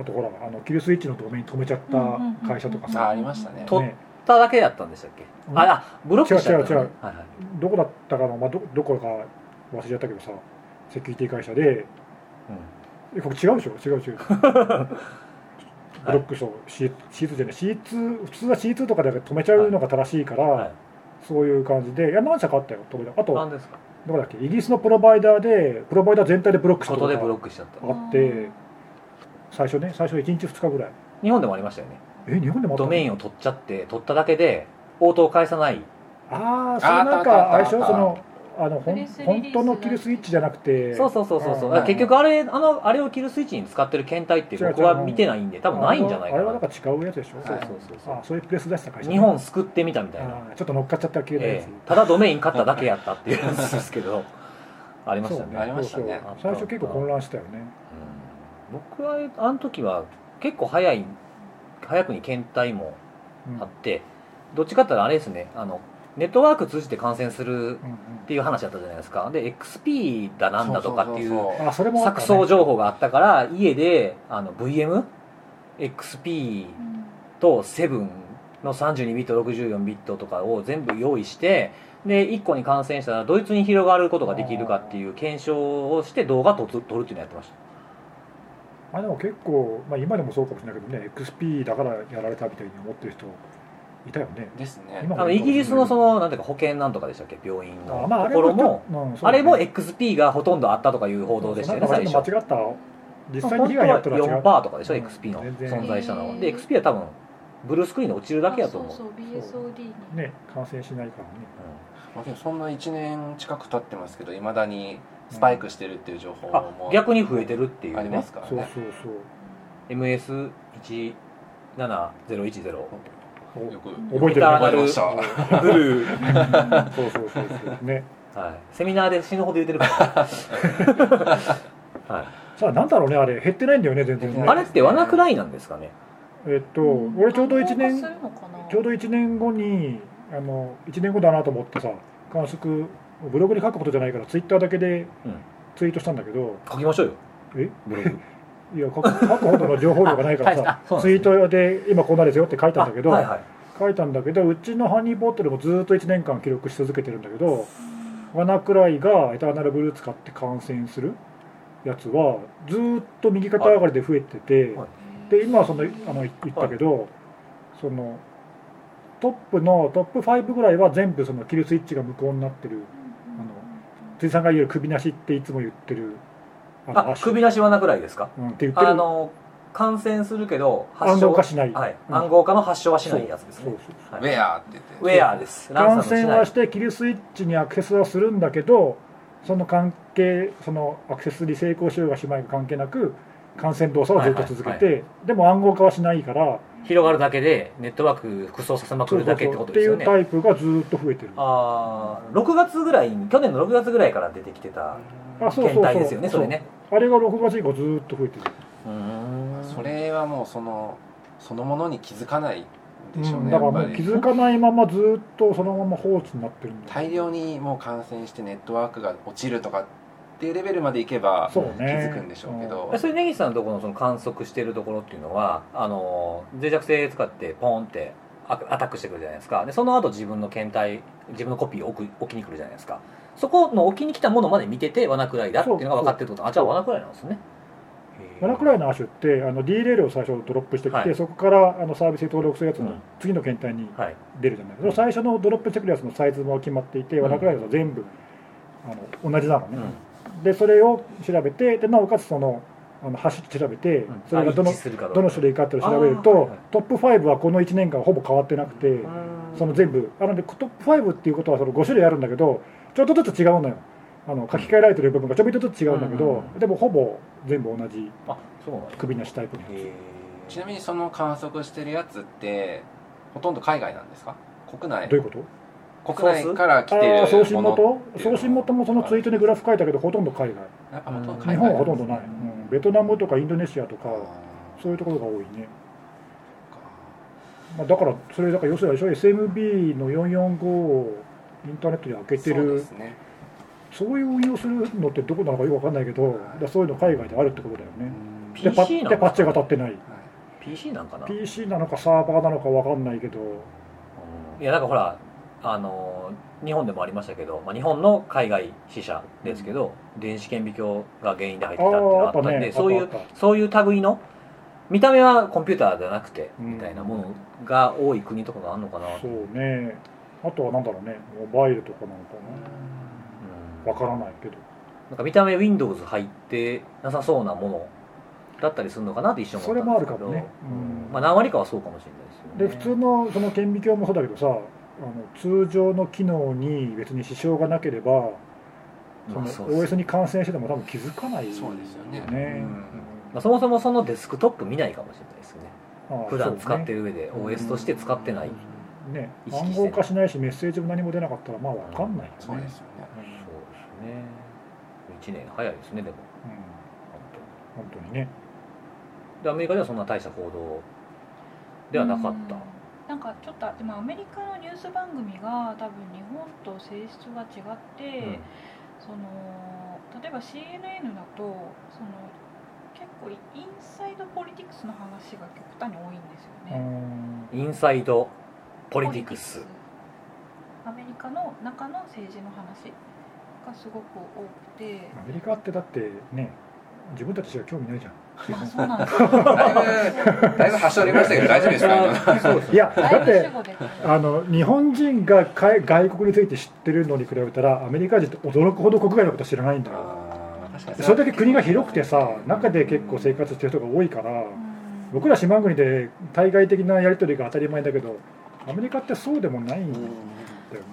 あとほらあのキルスイッチのドメイン止めちゃっ
うんうんうんうん
た会社とか
あ
さ、
ありましたね
と
ね、
ただけやったんでしたっけ、
うん
ああブロックしちゃったの
違う違う違
はいはい
どこだったかな、まあ、どどこか忘れちゃったけどさセキュリティ会社でえこれ違うでしょ違う
*laughs*
違うブロックそう C- C2 じゃない C2 普通は C2 とかで止めちゃうのが正しいから、
うんはい
そういう感じでいや何社かあったよ止めたあと
何ですか
どこだっけイギリスのプロバイダーでプロバイダー全体でブロックした
外でブロッ
ク
クしちゃった
あって最初ね最初1日2日ぐらい
日本でもありましたよね
え日本でもあった
ドメインを取っちゃって取っただけで応答を返さない
ああそのなん
あ
か
あ
あ
っ
れで
たあ
した
っ
ょそのあのほ
プ
ん
レスリリース
本当のキルスイッチじゃなくて
そうそうそうそうそううんだから結局あれあのあれを切るスイッチに使ってる検体って
違う違う
僕は見てないんで多分ないんじゃな
あ
いか
れはな
なん
か違うやつでしょ
そうそうそうそう
あそういうプレス出した会社
日本救ってみたみたいな、
あーちょっと乗っかっちゃった系のや
え
つ、
えただドメイン勝っただけやったっていうやつです
*laughs*
けどありましたね
ありました
そ
ね
うそう最初結構混乱したよね
うん僕はあの時は結構早い早くに検体も
うん
あってどっちかっていうとあれですねあのネットワーク通じて感染する
うん
っていう話だったじゃないですかで XP だなんだとかっていう
そそ
うん
そ
あそれもあった
錯
ね
綜情報があったから家であの VMXP
うん
と7の32ビット64ビットとかを全部用意してで1個に感染したらドイツに広がることができるかっていう検証をして動画と撮る撮るっていうのやってました
あでも結構、まあ、今でもそうかもしれないけどね XP だからやられたみたいに思ってる人いたよね
うですね
今
あのイギリスのそのなんていうか保険なんとかでしたっけ病院の
あ
ところも、
うんそうだ
あ
ね
れも XP がほとんどあったとかいう報道でしたよね
そうそう
最
なん
初
か間違った実際に被害やったら違う
本当は4%とかでしょ、
うん
XP の
全然
存在したのは
へー
で XP は多分ブルースクリーンで落ちるだけやと思う
あそうそう BSOD に
ね感染しないからね
まあでもそんな1年近く経ってますけどいまだにスパイクしてるっていう情報
あ
も
逆に増えてるっていう、ね、
ありますから
そう
ね
そうそう
MS1701010
お覚えてる
覚
よくえてました
ブル
*laughs*
ー、
そうそうそうそうね
はい、セミナーで死ぬほど言ってる *laughs* から、はい、
さあなんだろうねあれ減ってないんだよね全然ね
あれって罠くらいなんですかね
えっと俺ちょうど1
暗号
年
化するのかな
ちょうど1年後にあの1年後だなと思ってさ観測ブログに書くことじゃないからツイッターだけで
うん
ツイートしたんだけど、
書きましょうよ
え
ブログ
いや書く書くほどの情報量がないから
*laughs* あ大した
さ
あそうなん
ツ
で
イ
す
ートで今こんなですよって書いたんだけど、
あはいはい
書いたんだけどうちのハニーボットルもずっと1年間記録し続けてるんだけどワナクライがエターナルブルー使って感染するやつはずっと右肩上がりで増えてて、
はい
で今はそのあのい言ったけど、そのトップのトップ5ぐらいは全部そのキルスイッチが無効になってるあの辻さんが言う首なしっていつも言ってるあ
あ首なし罠くらいですか
うん、って言ってる
あの感染するけど
暗号化しない、
はい、
うん
暗号化の発症はしないやつです
そう
ね
そう、そう
はい
ウェアって言って
ウェアですラン
感
サムし
染
ない
はしてキルスイッチにアクセスはするんだけどその関係そのアクセスに成功しようがしまいが関係なく感染動作をずっと続けて、
は
でも暗号化はしないから
広がるだけでネットワーク服装させまくるだけってこと
って
です
い
よ
う
ね
タイプがずっと増えてるあ
ああ6月ぐらいに去年の6月ぐらいから出てきてた
そうそう
検
そう
体ですよねそれね
れが6月以降ずっと増えてる、
うーん
それはもうそのそのものに気づかないでしょう
うん
ね、
だから
や
も
っ
う
ぱ
気
り
づかないままずっとそのまま放置になってるんだ
大量にもう感染してネットワークが落ちるとかっていうレベルまでいけば
そう
気
ね
づくんでしょうけど、
えそれ根岸さんのところのその観測してるところっていうのはあの脆弱性使ってポンってアアタックしてくるじゃないですかでその後自分の検体自分のコピーを置く置きに来るじゃないですかそこの置きに来たものまで見てて罠くらいだっていうのが分かってるってことあじゃあ罠くらいなんですね
マナクライの亜種ってあの D レールを最初ドロップしてきて、
はい
そこからあのサービスに登録するやつ
う
の
ん
次の検体に
はい
出るじゃない、最初のドロップしてくるやつのサイズも決まっていて、
うん
ワナクライのは全部あの同じなの
う
ね、
ん
でそれを調べてでなおかつそのあの走って調べて、
うん
それがどの
あ一致するかどうか
どの種類かっていうのを調べると、
あーはいはい
トップ5はこの1年間ほぼ変わってなくて、
うん
その全部あのでトップ5っていうことはその5種類あるんだけどちょっとずつ違うのよあの書き換えられてる部分がちょびっとずつ違うんだけど、
うんうんうん
でもほぼ全部同じ
あそうなんです
首なしタイプのやつ
へ
ちなみにその観測してるやつってほとんど海外なんですか国内
どういうこと
国内から来て
ああー送
る
信
もの
元
っていうの
送信元もそのツイートにグラフ書いたけどほとんど海外
やっぱほとんど
日
海
本
外
はほとんどない、うんベトナムとかインドネシアとか
あ
そういうところが多いね、
ー
まあ、だからそれだから要するにあれでしょ SMB の445をインターネットに開けて
そう
る
で
そ
すね、
ういう運用するのってどこなのかよくわかんないけどだからそういうの海外であるってことだよ
う
ね
ん
でパ
PC なの
でパッチが立ってない
はい
PC なんかな
PC なのかサーバーなのかわかんないけど
いやなんかほらあのー日本でもありましたけど、まあ、日本の海外支社ですけど、電子顕微鏡が原因で入って
あ
きたっていうの
あ
が
あ
あっ
った
ん
た
で、
ね
そうい
あっ
う
たあっ
そういう類の見た目はコンピューターじゃなくて
うん
みたいなものが多い国とかがあるのかな
た
と、
そ
うん
うねあとはなんだろうねモバイルとかなのかなわからないけど
なんか見た目 Windows 入ってなさそうなものだったりするのかなって一瞬思ったんですけど
それもあるかもねうん
まあ、何割かはそうかもしれ
で
ない
普
です
通
よね
のその顕微鏡もそうだけどさあの通常の機能に別に支障がなければそ
ま
の
あそうです
OS に感染してても多分気づかない
そうですよね
ね
まあ、そもそもそのデスクトップ見ないかもしれないですね
ああ
普段使って
そう
る上で
うん
OS として使ってない、
うん
ね
意
ね
識して
暗号化しないしメッセージも何も出なかったらまあわかんないよね
そうですよね
うん
そうですね1年早いですねでも
うん
本当
本当にね
にでアメリカではそんな大した行動ではなかった、
うんなんかちょっとでもアメリカのニュース番組が多分日本と性質が違って、
うん
その例えば CNN だとその結構インサイドポリティクスの話が極端に多いんですよね。
うん
インサイドポリティク
ポリティ
ス
クスアメリカの中の政治の話がすごく多く
*laughs*
て、
アメリカってだってね自分たちしか興味ないじゃん
まあそうなんですよ。
だいぶだいぶ端折りましたけど大丈夫ですか今
そうです
いや
だ
だ
い
っ
ぶ
て
主語で。
あの日本人がかい外国について知ってるのに比べたらアメリカ人って驚くほど国外のこと知らないんだよ
あー確かに
それだけ国が広くてさ中で結構生活してる人が多いから
うん
僕ら島国で対外的なやり取りが当たり前だけどアメリカってそうでもないんだよ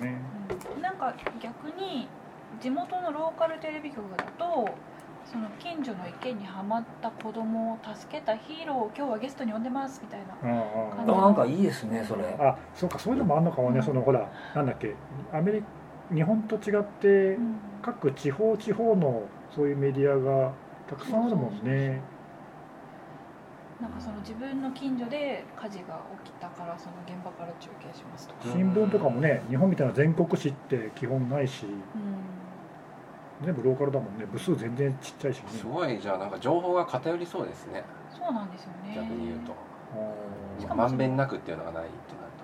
ね
うんなんか逆に地元のローカルテレビ局だとその近所の池にはまった子供を助けたヒーローを今日はゲストに呼んでますみたいな
うん
あ
うん
なんかいいですねそれ
あそうかそういうのもあんのかもね、
うん
そのほらなんだっけアメリ日本と違って
うん
各地方地方のそういうメディアがたくさんあるもんね
なんかその自分の近所で火事が起きたからその現場から中継しますとか、
そうそう
新聞とかもね日本みたいな全国紙って基本ないし
うん、
全部ローカルだもんね部数全然ちっちゃいしね
すごいじゃあなんか情報が偏りそうですね
そうなんですよね
逆に言うと
うん
しかも
まんべんなくっていうのがないって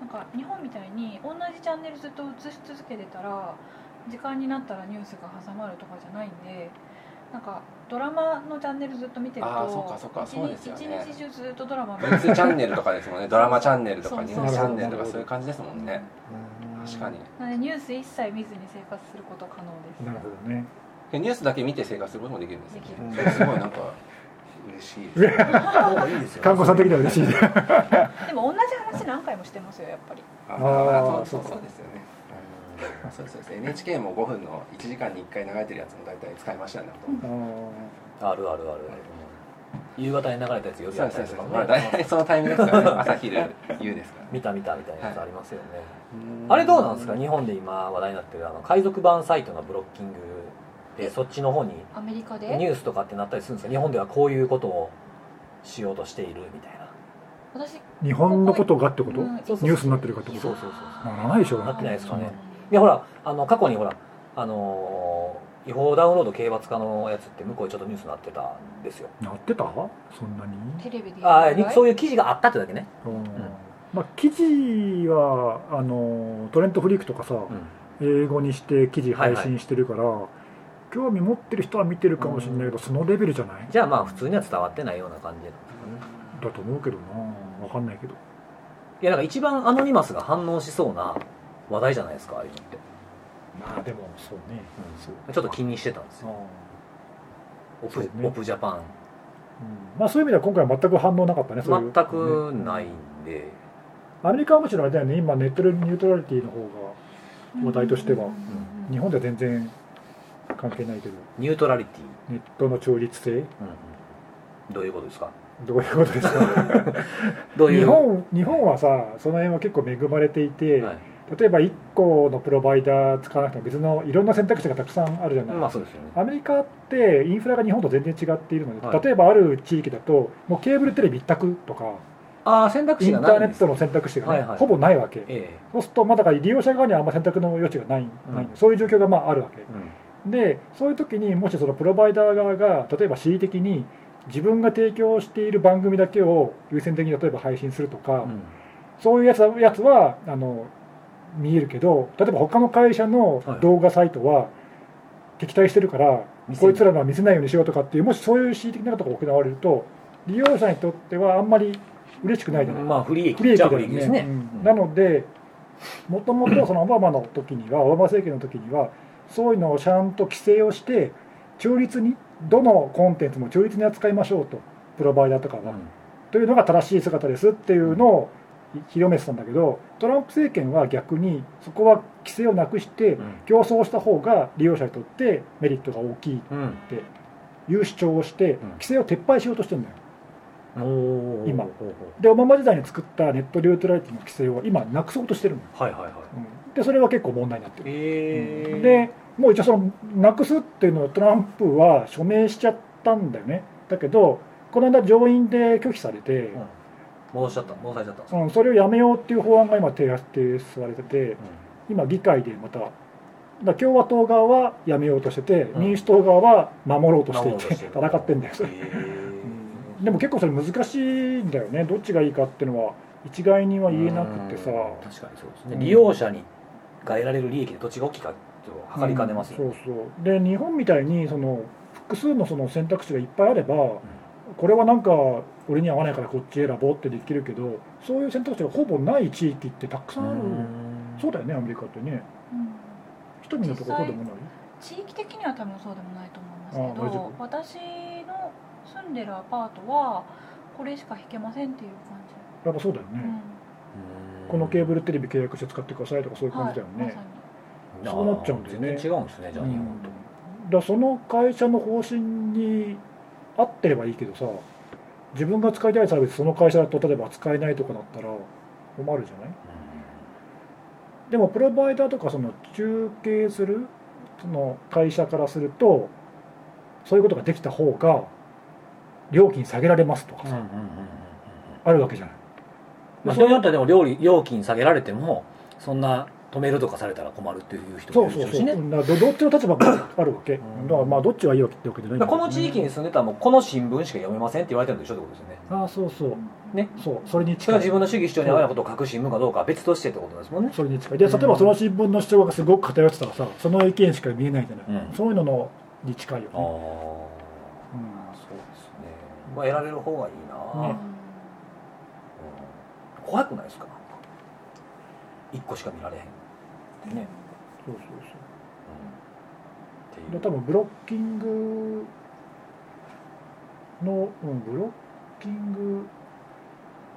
な
な
る
んか日本みたいに同じチャンネルずっと映し続けてたら時間になったらニュースが挟まるとかじゃないんでなんかドラマのチャンネルずっと見てると
あーそっかそっか
一日
そうですよね
一日中ずっとドラマ見
ニ
て
ュースチャンネルとかですもんねドラマチャンネルと
そ
か
う
ニ
そう
ュースチャンネルとかそういう感じですもんね
うん
確かに
なのでニュース一切見ずに生活すること可能です
なるほどね
でニュースだけ見て生活することもできるんですよ
で
ね
きる
それすごいなんか嬉しいですね
*laughs* あいいですよ
看護さん的には嬉しいね
でも同じ話何回もしてますよやっぱり
あ
あー
あそうそうそうですよねうんそうそうです NHK も5分の1時間に1回流れてるやつも大体使いましたよねほとんど
う
あるあるある、うん夕方に流れたやつ夜
そ
や
う
っ
で
た
す
り
そ
とか
うで
も
すまあ
ね *laughs*
大体そのタイミングですからね朝昼夕ですからね
見た見たみたいなやつありますよね、
うん
あれどうなんですか日本で今話題になってるあの海賊版サイトのブロッキングでそっちの方に
アメリカで
ニュースとかってなったりするんですか日本ではこういうことをしようとしているみたいな
私
ん日本のことがってこと、
うん
そうそう
ニュースになってるかってこと
そうそうそうそう
ならないでしょ
なってないですかね
うん
いやほらあの過去にほらあのー違法ダウンロード刑罰化のやつって向こうでちょっとニュースになってたんですよ
なってたそんなに、
テレビで
あ
やるぐら
あ
い
そういう記事があったってだけね
うんまあ、記事はあのトレントフリークとかさ、
うん
英語にして記事配信してるから、興味持ってる人は見てるかもしれないけど、そのレベルじゃない
じゃあまあ普通には伝わってないような感じなんですかね
だと思うけどなわかんないけど
いやなんか一番アノニマスが反応しそうな話題じゃないですかああいうのって、
まあでもそうねそう
ちょっと気にしてたんですよオプ,、
そうね
オプジャパ
う
ン
んまあそういう意味では今回は全く反応なかったねそういう
全くないんで、
アメリカはむしろあれだよね今ネットニュートラリティの方が話題としては
うんうん
日本では全然関係ないけど
ニュートラリティ、
ネットの中立性
どういうことですか
どういうことですか
*laughs* どういう
日本日本はさその辺は結構恵まれていて、
はい、
例えば1個のプロバイダー使わなくても別のいろんな選択肢がたくさんあるじゃない、
まあそうですよね
アメリカってインフラが日本と全然違っているので、
はい
例えばある地域だともうケーブルテレビ一択とか
ああ選択
イ
肢
ン
が
タ
ない
ー
ん
ネ
で
ッ
す
トの選択肢がね、
はいはい
ほぼないわけ
え
そうするとまあだから利用者側にはあんま選択の余地がない,、
うん
ないそういう状況がまああるわけ
えうん
でそういう時にもしそのプロバイダー側が例えば恣意的に自分が提供している番組だけを優先的に例えば配信するとか、
うん
そういうやつはやつはあの見えるけど例えば他の会社の
はい
動画サイトは敵対してるから、
見せ
こ
ない
いつらのは見せないようにしようとかっていうもしそういう恣意的なことが行われると利用者にとってはあんまり嬉しくないじゃない、
まあ不利益
不利益
じゃ
だ
あ不
よ
利益
ね
ですね、
うん
うん
なのでもともとそのオバマの時にはオバマ政権の時にはそういうのをちゃんと規制をして中立にどのコンテンツも中立に扱いましょうとプロバイダーとかは。
うん
というのが正しい姿ですっていうのを広めてたんだけどトランプ政権は逆にそこは規制をなくして競争した方が利用者にとってメリットが大きい
うん
という主張をして
ん
規制を撤廃しようとしてるんだよ
うんおー
今
ほうほう
でオバマ時代に作ったネットニュートラリティの規制を今なくそうとしてるのよ、
はいはいはい
うんでそれは結構問題になってる、
ええ
でもう一応そのなくすっていうのをトランプは署名しちゃったんだよねだけどこの間上院で拒否されて、
うん戻しちゃった戻されちゃったんですか
うん、それをやめようっていう法案が今提案提出されてて今議会でまただから共和党側はやめようとしてて、
ん
民主党側は守ろうとしてい
守ろうと
て
してる
戦ってんだよそれ、
え
うんでも結構それ難しいんだよねどっちがいいかっていうのは一概には
え
言えなくてさ
うん確かにそうですね、
うん
利用者にが得られる利益でどっちが大きいかっていうのを測りかねますよね、
うんそうそうで日本みたいにその複数のその選択肢がいっぱいあれば、これはなんか俺に合わないからこっち選ぼうってできるけどそういう選択肢がほぼない地域ってたくさんある、
うん
そうだよねアメリカってね
うん
一人のところそうでもない
地域的には多分そうでもないと思います
あ大
け
丈
ど私の住んでるアパートはこれしか引けませんっていう感じ、
やっぱそうだよね、
うん
このケーブルテレビ契約して使ってくださいとかそういう感じだよ
はい、ま
ね
さ、に
な
そうなっちゃうんだよね
全然違うんですねじゃあ
うん
日本と、
だからその会社の方針に合ってればいいけどさ自分が使いたいサービスその会社だと例えば使えないとかだったら困るじゃないでもプロバイダーとかその中継するその会社からするとそういうことができた方が料金下げられますとか
うん
さ、
うんうんうんうんうん
あるわけじゃない、
まあ、
そ
人
れ
によってはでも料理料金下げられてもそんな止めるとかされたら困るっていう人
そ
も
う
いる
そ
で
うそ
しょ
う、
うね
だからどっちの立場もあるわけ、
うん
だからまあどっちがいいわけってわけじゃないん
だ
だ
か
け
ら
ど
この地域に住んでたらもうこの新聞しか読めませんって言われてるんでしょってことですよね
ああそうそう
ね
そうそれに
そ
近
れはい自分の主義主張に合わないことを書く新聞かどうかは別としてってことですもんね
それに近いで例えばその新聞の主張がすごく偏ってたらさその意見しか見えないじゃない、
うん
そういうののに近いよ
ああ
ね、うん
そうですねまあ得られる方がいいな、
ね
うん怖くないですか一個しか見られへんってね、
そうそうそう
うん、
で
って
多
いう
分ブロッキングの、うん、ブロッキング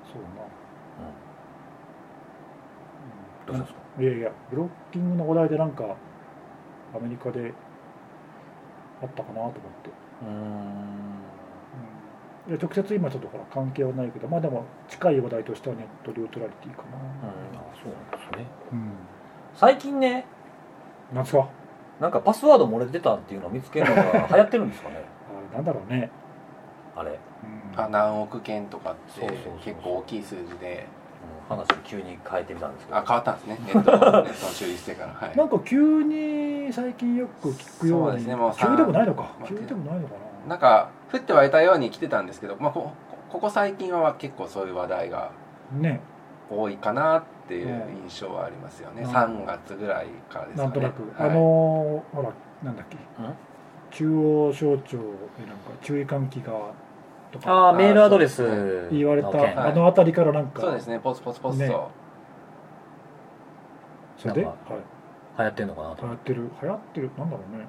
そう
どう
な、
したんですか
うんいやいやブロッキングのお題でなんかアメリカであったかなと思って、
うーん
うん、で直接今ちょっとほら関係はないけどまあでも近い話題としてはネットリュートラリティか
うん
な、
あそうなんですね
うん、
最近ね
なんですか
なんかパスワード漏れてたっていうのを見つけるのが流行ってるんです *laughs* かね
あれなんだろうね、
あれ、うん
うん
あ何億件とかって
そうそうそう
結構大きい数字で
話を急に変えてみたんですけど
あ変わったんですねネッ
*laughs*
トのネットの修理してからはい
なんか急に最近よく聞くように
そうですねもうさ
急でもないのか
待
急
って
でもないのかな
なんか降ってはいたように来てたんですけど、まあ、こここ最近は結構そういう話題が
ね
多いかなっていう印象はありますよね、
うん
3月ぐらいからで
な
すかね
んとなく、
はい
あのーほらなんだっけ中央省庁でなんか注意喚起がとか
あ
ー
あメールアドレ
そ
ス
うで
言われた、
の件
あの辺りからなんか
そうですねポツポツポツと、
ねそれで、
な
はい、
ん流行ってんのかなと
流行ってる流行ってるなんだろうね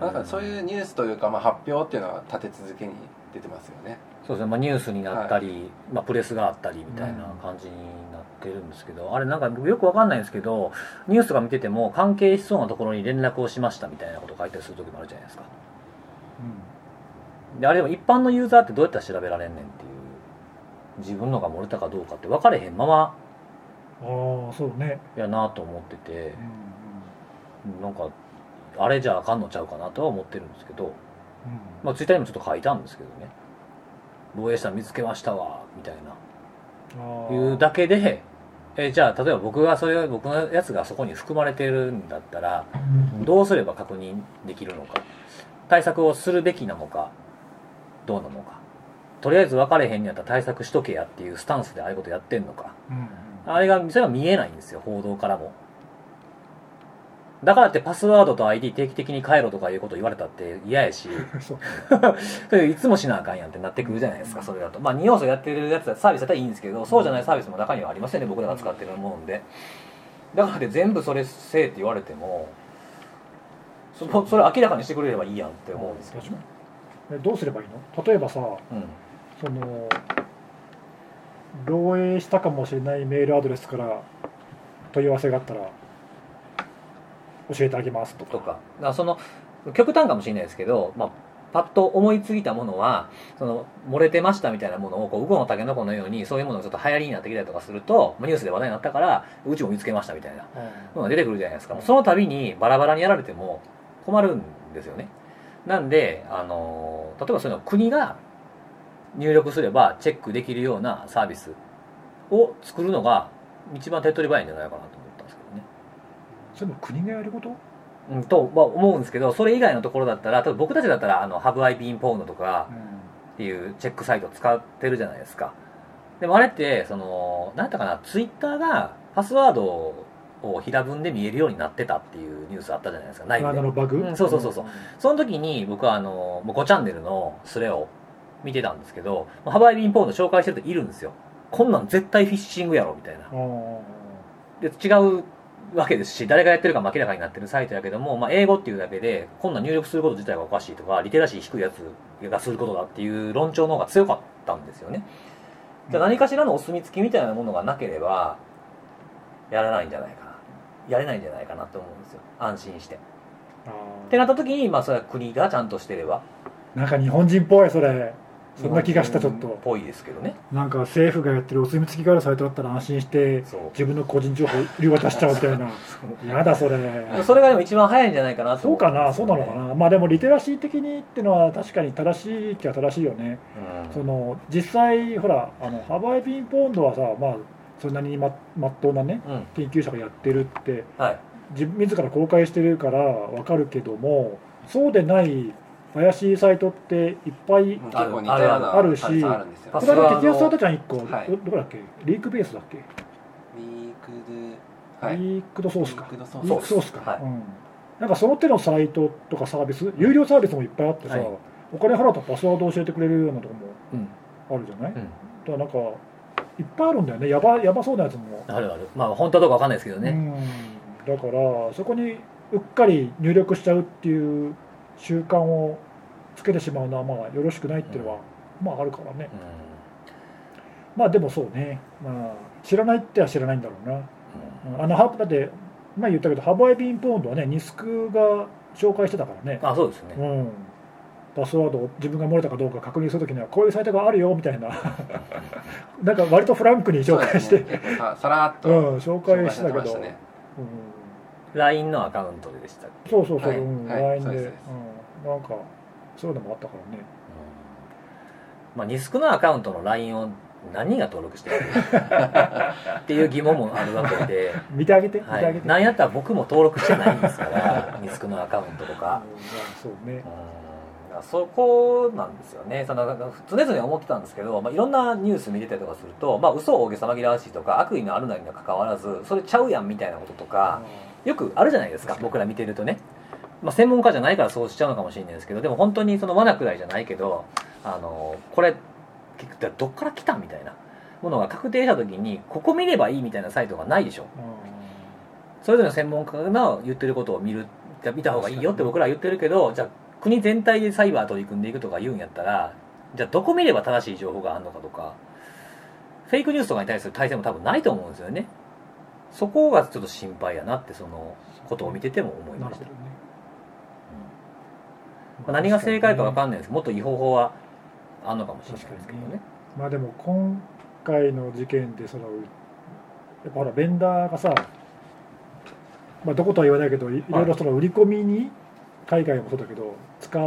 まあなんかそういうニュースというか、まあ、発表っていうのは立て続けに出てますよね
そうですね、まあ、ニュースになったり、まあ、プレスがあったりみたいな感じになってるんですけど、あれなんかよくわかんないんですけどニュースとか見てても関係しそうなところに連絡をしましたみたいなこと書いたりする時もあるじゃないですかであれでも一般のユーザーってどうやったら調べられんねんっていう自分のが漏れたかどうかって分かれへんまま
うんああそうね、
やなと思ってて
うんうん
なんかあれじゃあかんのちゃうかなとは思ってるんですけど、
うん
まあ、ツイッターにもちょっと書いたんですけどね防衛した見つけましたわみたいな
あー
いうだけで、えーじゃあ例えば僕がそれ僕のやつがそこに含まれてるんだったらどうすれば確認できるのか対策をするべきなのかどうなのかとりあえず分かれへんにやったら対策しとけやっていうスタンスでああいうことやってんのか
うんうん
あれがそれは見えないんですよ報道からもだからってパスワードと ID 定期的に変えろとかいうこと言われたって嫌やし
*laughs* そう
それいつもしなあかんやんってなってくるじゃないですかそれだとまあ2要素やってるやつはサービスだったらいいんですけどそうじゃないサービスも中にはありますよね僕らが使ってるものでだからって全部それせえって言われてもそそれ明らかにしてくれればいいやんって思うんですけどね、
えどうすればいいの例えばさ
うん、
その漏洩したかもしれないメールアドレスから問い合わせがあったら教えてあげますとか
とかだからその極端かもしれないですけど、まあ、パッと思いついたものはその漏れてましたみたいなものをこうウコのタケノコのようにそういうものがちょっと流行りになってきたりとかするとまあニュースで話題になったからうちも見つけましたみたいなのが出てくるじゃないですかその度にバラバラにやられても困るんですよねなんであの例えばそういうの国が入力すればチェックできるようなサービスを作るのが一番手っ取り早いんじゃないかなと思ったんですけどね
それも国がやること
うん、とは思うんですけどそれ以外のところだったら多分僕たちだったらあのハブアイビーンポーノとかっていうチェックサイト使ってるじゃないですかでもあれってその何やったかなツイッターがパスワードを平文で見えるようになってたっていうニュースあったじゃないですか内
あ
部で
のバグ、
うんそうそうそうそうその時に僕はあのもう5チャンネルのスレを見てたんですけどハブアイビーンポーノ紹介してる人いるんですよこんなん絶対フィッシングやろみたいな
あー
で違うわけですし誰がやってるかも明らかになってるサイトやけども、まあ、英語っていうだけでこんなん入力すること自体がおかしいとかリテラシー低いやつがすることだっていう論調の方が強かったんですよねじゃあ何かしらのお墨付きみたいなものがなければやらないんじゃないかなやれないんじゃないかなと思うんですよ安心して
あー
ってなった時にまあそれは国がちゃんとしてれば
なんか日本人っぽいそれそんな気がしたちょっと
ぽいですけどね
なんか政府がやってるお墨付きがあるサイトだったら安心して
そう
自分の個人情報売り渡しちゃうみたいなやだそれ
それがでも一番早いんじゃないかなと
そう
思
か
ん
な
です
そ
よ
う
ね
なのかなまあでもリテラシー的にってのは確かに正しいっちゃ正しいよね
うん
その実際ほらあのハワイピンポンドはさまあそんなにままっとうなね
うん
研究者がやってるって
はい
自自ら公開してるからわかるけどもそうでない怪しいサイトっていっぱい
結構似たような
あるし
サイトあるんですよ
あ
これ
それは
は摘発されたじゃん1個、
はい
どどこだっけリークベースだっけ、
リークドはい
リークドソースか
リクドソ
リー
ー
ク
ス
ソースか、
はい
うん、なんかその手のサイトとかサービス有料サービスもいっぱいあってさ、
はい
お金払うとパスワード教えてくれるようなとこも
うん
あるじゃない、
う
だ
ん
からなんかいっぱいあるんだよねやばやばそうなやつも、
あるあるまあ本当はどうかわかんないですけど
う
ね
んだからそこにうっかり入力しちゃうっていう習慣をつけてしまうのはまあよろしくないっていうのは、まああるからね
うん
まあでもそうね、まあ、知らないっては知らないんだろうな
うん
うんあのハだって前言ったけどハワイビンポーンドはねニスクが紹介してたからね、
あそうですね
うん、パスワードを自分が漏れたかどうか確認するときにはこういうサイトがあるよみたい
*laughs*
ななんか割とフランクに紹介し
そう
て
ですね結構ささらっ
う、ん
と、
紹
紹
介
介
し
してて
たけ
ま
ど
したね
うん
LINE のアカウントでしたっけ
そうそうそう、
はい
うん
はい
LINE で
そうです
うん、なんかそういうのもあったからね
まあ、ニスクのアカウントの LINE を何人が登録してる *laughs* のっていう疑問もあるわけで、
見てあげて見て
は
あげ
い、
て、
何やったら僕も登録してないんですからニスクのアカウントと
うんまあ
か、
そうね
うん、だからそこなんですよねその常々思ってたんですけど、まあ、いろんなニュース見てたりとかすると、まあ嘘を大げさ紛らわしいとか悪意のあるなりには関わらずそれちゃうやんみたいなこととかよくあるじゃないですか僕ら見てるとね、まあ、専門家じゃないからそうしちゃうのかもしれないですけどでも本当にその罠くらいじゃないけどあのこれ結局どっから来たみたいなものが確定した時にここ見ればいいみたいなサイトがないでしょ
うん
それぞれの専門家の言ってることを見るじゃ見た方がいいよって僕らは言ってるけどじゃあ国全体でサイバー取り組んでいくとか言うんやったらじゃあどこ見れば正しい情報があるのかとかフェイクニュースとかに対する体制も多分ないと思うんですよねそこがちょっと心配やなってそのことを見てても思い
な
ま
る
し
ほ
た
どね、
まあ何が正解か分
ん
かんないですもっと違法法はあんのかもしれないですけど
確かに
ね
ねまあでも今回の事件でそのやっぱほらベンダーがさ、まあ、どことは言わないけどいいろいろその売り込みに海外もそうだけど使う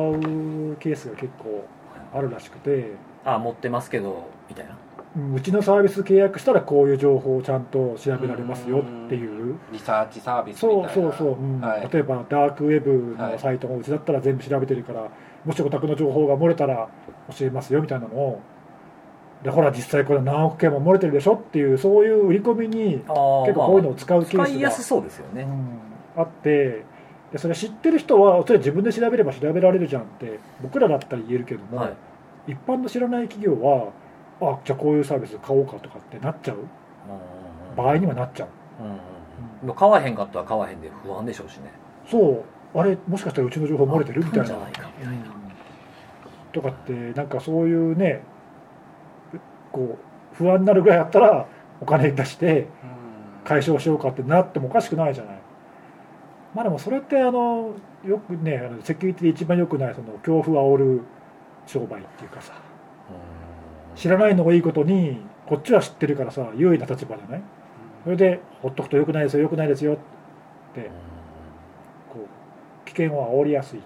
ケースが結構あるらしくて、
あ持ってますけどみたいな
うんうちのサービス契約したらこういう情報をちゃんと調べられますよっていう。
リサーチサービスみたい
そ
な
うそうそう、うん
はい
例えばダークウェブのサイトもうちだったら全部調べてるから、もしお宅の情報が漏れたら教えますよみたいなのをでほら実際これ何億件も漏れてるでしょっていうそういう売り込みに結
あ
構
ー
こういうのを使うケー
まあ使いやす
ス
そうですよ
が、
ね
うんあってでそれ知ってる人はそれ自分で調べれば調べられるじゃんって僕らだったら言えるけども、
はい
一般の知らない企業はあじゃあこういうサービス買おうかとかってなっちゃう場合にはなっちゃう
うんうんうんもう買わへんかったら買わへんで不安でしょうしね
そうあれもしかしたらうちの情報漏れてるみたい
あった
なん
じゃないかみたいな
とかってなんかそういうねこう不安になるぐらいあったらお金出して
うん
解消しようかってなってもおかしくないじゃないまあでもそれってあのよくねあのセキュリティで一番良くないその恐怖を煽る商売っていうかさ知らないのがいいことにこっちは知ってるからさ優位な立場じゃないそれでほっとくと良くないですよ良くないですよってこう危険を煽りやすい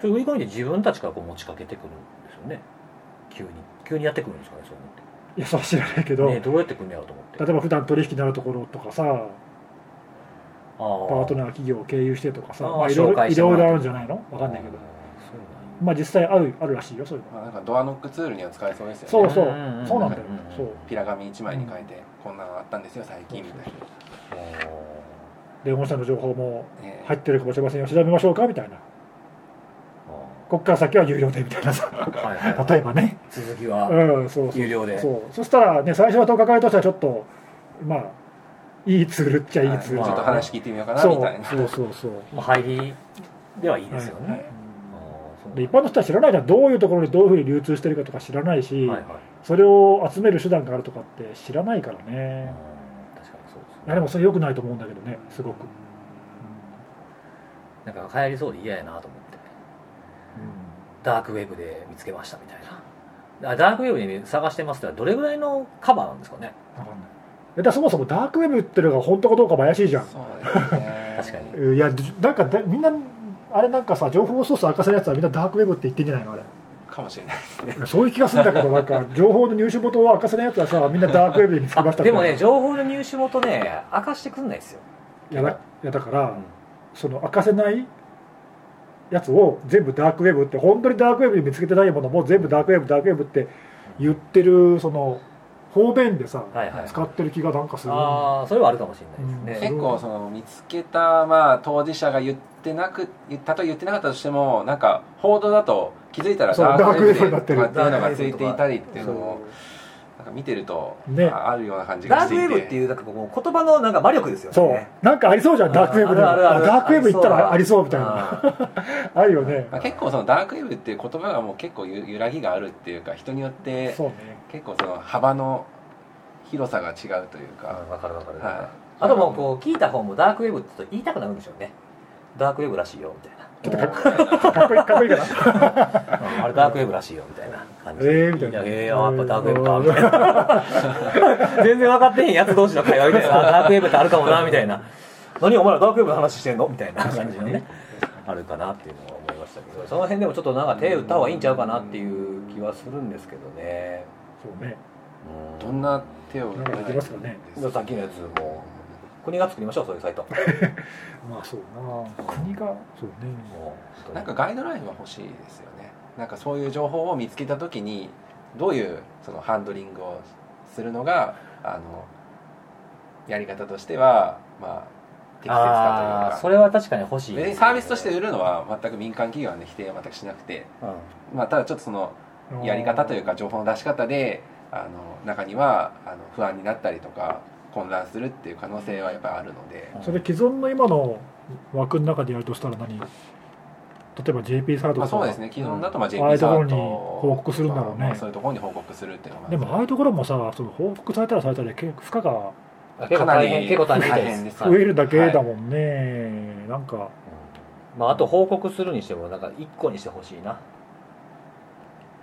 それ売り込みで自分たちからこう持ちかけてくるんですよね急に急にやってくるんですかねそういう
いやそうは知らないけど、
のってねどうやってくるんやろうと思って
例えば普段取引になるところとかさ
あ
パ
ー
ートナー企業を経由してとかさ
あー
まあ、いろい
紹
ろ
介
い
しても
ろ
ら
いうろあるんじゃないのわかんないけど
あーそうなんや
まあ実際あるあるらしいよそういうの
まあ、なんかドアノックツールには使えそうですよね
そうそう
うんうんうん
そうなんだよ
うんうん
そう
ピラ紙1枚に書いて、こんなのあったんですよ最近みたい
で御社の情報も
な、ね
入ってるかもしれませんよ調べましょうかみたいなこっから先は有料でみたいな
*laughs*
さ
あーはいはいはい
例えばね
続きは
うんそうそう
有料で
そうそしたらね最初は10日間としてはちょっとまあいいツールっちゃいいツール
はいち
じ
ょ
ゃ
っ
ん
と話聞いてみようかな
そ
みたいな
うそうそうそう
まあ入りではいいですよね、
はい
あーそうなん
で
だ
一般の人は知らないじゃんどういうところにどういうふうに流通してるかとか知らないし、
はいはい
それを集める手段があるとかって知らないからね、
確かにそうですね
いやでもそれ良くないと思うんだけどねすごく、
なんか流行りそうで嫌やなと思ってダークウェブで見つけましたみたいなあダークウェブで探してますってのはどれぐらいのカバーなんですかね
分かんないえだからそもそもダークウェブってのが本当かどうかも怪しいじゃん
そうですね
確かに
いやなんかだみんなあれなんかさ情報ソース明かせるやつはみんなダークウェブって言ってんじゃないのあれ
かもしれないですね
そういう気がするんだけどなん
*laughs*
か情報の入手元を明かせないやつはさみんなダークウェブで見つけました
でもね情報の入手元ね明かしてくんないですよ、
いやだいやだから、
うん
その明かせないやつを全部ダークウェブって本当にダークウェブで見つけてないものも全部ダークウェブダークウェブって言ってるその方便でさ、
はいはい
使ってる気がなんかする
ああそれはあるかもしれないですね、
結構その見つけた、まあ、当事者が言ってなく言ったと言ってなかったとしてもなんか報道だと気づいたら
そう
ダークウェブ
ダークウェブになってる
でとかっていうのがついていたりっていう
そ
の
う
をなんか見てると、
ね
ああるような感じが
ダー
し
クウ
ていて
ェブっていうなんかこう言葉のなんか魔力ですよね
そうなんかありそうじゃんダークウェブで
あるあるあ
あ
る
ダークウェブ行ったらありそうみたいな
あー
あるよね
まあ、結構そのダークウェブっていう言葉がもう結構ゆ揺らぎがあるっていうか人によって
そうね
結構その幅の広さが違うという
あ
か、
ーわかるわかる、
はい、
あともうこう聞いた方もダークウェブって言いたくなるんでしょうねダークウェブらしいよみたいな
ちょっとかっかっこいいかっこいいかな
あれダークウェブらしいよみたいな感じ
え
で。
ーみたいな
えーやっぱダークウェブかみたいな。全然分かってへんやつ同士の会話みたいな。あダークウェブってあるかもなみたいな。何お前らダークウェブの話してんのみたいな感じのね。あるかなっていうのは思いましたけど、その辺でもちょっとなんか手打った方がいいんちゃうかなっていう気はするんですけどね。
そうね
うん
どんな手を
なんかできますかね
さっきのやつも国が作りましょうそういうサイト。も
まあそうな国がそうね
う本当に
なんかガイドラインは欲しいですよねなんかそういう情報を見つけた時にどういうそのハンドリングをするのがあのやり方としてはまあ適切
あ
か
ー
と
そ
いう
れ
か
は確かに欲しいですね、
別にサービスとして売るのは全く民間企業は、ね、否定は全くしなくて、
うん
まあ、ただちょっとそのやり方というか情報の出し方であの中にはあの不安になったりとか混乱するっていう可能性はやっぱりあるので
それ既存の今の枠の中でやるとしたら何例えば JP サード
まあ、
と
そう
か
ですね基本だとまあ JP
ああいうと
サ
ころ
ー
に
ト
報告するんだろうね
まあまあそういうところに報告するっていうのが
でもああいうところもさその報復されたらされたで結構負荷が
結構大変結構大変
大変です
増えるだけだもんね、なんか
まあ、あと報告するにしてもなんか1個にしてほしいな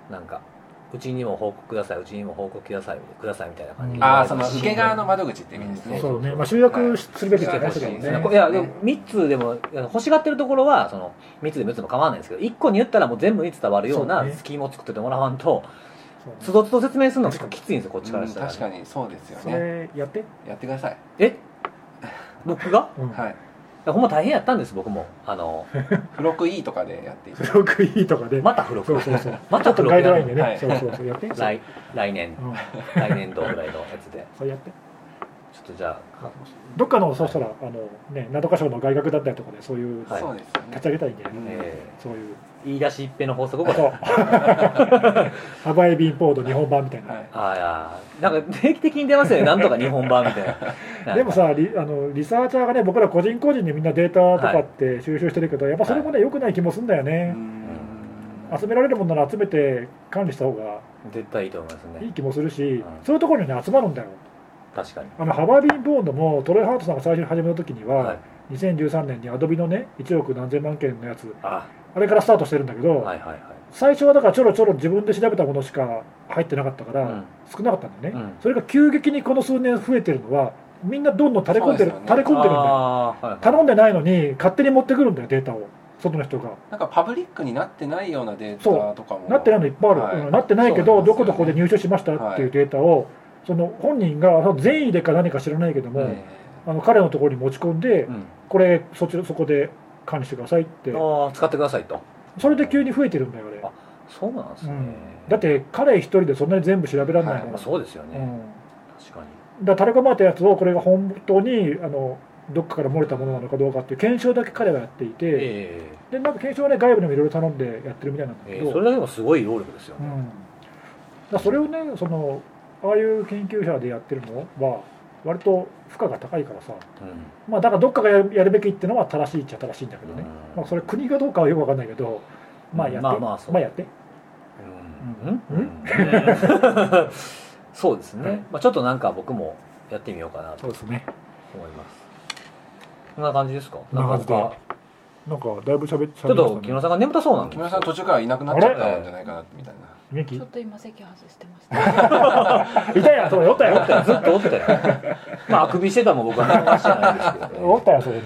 なんかうちにも報告くださいうちにも報告くださいくださいみたいな感じ
うん
ああその受け側の窓口って意味ですね、
ん
そうね、まあ、集約するべきだよね、
はい
それもね
そうです
い
ね
やでも3つでもあの欲しがってるところはその3つでも4つでも構わないんですけど1個に言ったらもう全部に伝わるよう
そ
な
うね
スキームを作っててもらわんと
そうね
つどつど説明するの結構きついんですよこっちから
うん
したら、
確かにそうですよ
そ
ね
れやって、
やってください
え僕が
うん
はい
いやほんま大変やったんです僕もあの
付録 E とかでやっていただ
すごくいいとかで、
また付
そ
録
うそうそう
ま
ちょ
た
っと
付
ガ
録
イドライン
や
で
る
ね、
はい
そうそうそうやって
来来年
うん、
来年度ぐらいのやつで
それやって
ちょっとじゃあ
どっかのそうしたらあのねなどか賞の外学だったりとかでそういう
いて
はい
そうですよ
立
ね
ち上げたらいいんじゃない、
え
そういう
ー言い出し一平の法則を
そうハワイビンポード日本版みたいな、
はい
ああいやなんか定期的に
*laughs*
出ますよねなんとか日本版みたいななんか
でもさリあのリサーチャーがね僕ら個人個人でみんなデータとかって収集してるけど、やっぱそれもね良くない気もするんだよ
う
ね、
ん
集められるものなら集めて管理した方が
絶対いいと思います
いい
ね
気もするし、
ん
そういうところにね集まるんだよ
確かに
あのハバービン・ボーンドもトロイ・ハートさんが最初に始めた時には、
はい
2013年にアドビのね1億何千万件のやつ
あ
あれからスタートしてるんだけど、
はいはいはい
最初はだからちょろちょろ自分で調べたものしか入ってなかったから、
うん
少なかったんだよね、
うん
それが急激にこの数年増えてるのはみんなどんどん垂れ込んでる、
そうですよ
垂れ
ね
込んでるんだよ
あーはいはい
頼んでないのに勝手に持ってくるんだよデータを外の人が
なんかパブリックになってないようなデー
そ
タとかも
なってないのいっぱいある、
はい
うんなってないけど
そうなんです
ど
よね
ことここで入手しましたっていうデータを、その本人がその善意でか何か知らないけども、
え
あの彼のところに持ち込んで、
うん
これそちらそこで管理してくださいって
あー使ってくださいと
それで急に増えてるんだよあれ
あそうなんですね、
うんだって彼一人でそんなに全部調べられないもん、
まあ、そうですよね、
うん
確か
だ
に
からタレコまれたやつをこれが本当にあのどっかから漏れたものなのかどうかっていう検証だけ彼はやっていて、
え
でなんか検証はね外部にもいろいろ頼んでやってるみたいなんだ
ー
け
え
ど、
ーそれだけでもすごい労力ですよ
う
ね、
ん、だからそれをねそのああいう研究者でやってるのは割と負荷が高いからさ、
うん
まあ、だからどっかがやるやるべきっていうのは正しいっちゃ正しいんだけどね、
うん
まあ、それ国がどうかはよくわかんないけどまあやって、
まあまあそう
やって
うん
うん
*laughs* そうですね、まあ、ちょっとなんか僕もやってみようかなと
そうですね
思いますこんな感じですか
こんな感じで
なんか
なんかだいぶ喋っ
他ちょっと
喋り
木
ま
村
し
さんが眠たそうなんで
木村さん途中からいなくなっちゃったんじゃないかなみた
た
いな
ね元気 *laughs*
ちょっと今席外してました。
いたやんそれおったやんおったやん
ずっとおったよ *laughs* まああくびしてたも僕は何もしてないですけど、ね
おったやんそれに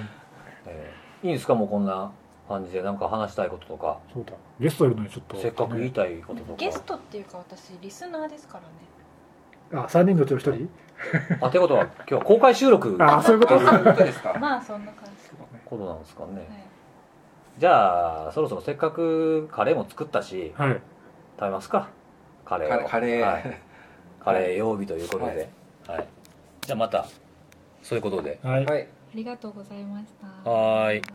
えーいいんですかもうこんな感じでなんか話したいこととか
そうだゲストいるのにちょっと
せっかく言いたいこととか
ゲストっていうか私リスナーですからね。
あ三人のうちの一人
あてことは今日は公開収録
あそういうこと
そういうことですか
*laughs*
まあそんな感じ。
ことなんですかね
はい。
じゃあそろそろせっかくカレーも作ったし
はい
食べますかカレ
カ
ー
レ
を
ーカレ
はい
*laughs* ー
カレー曜日ということ
はい
で、はいじゃあまたそういうことで
はい
はい
ありがとうございました。
はーい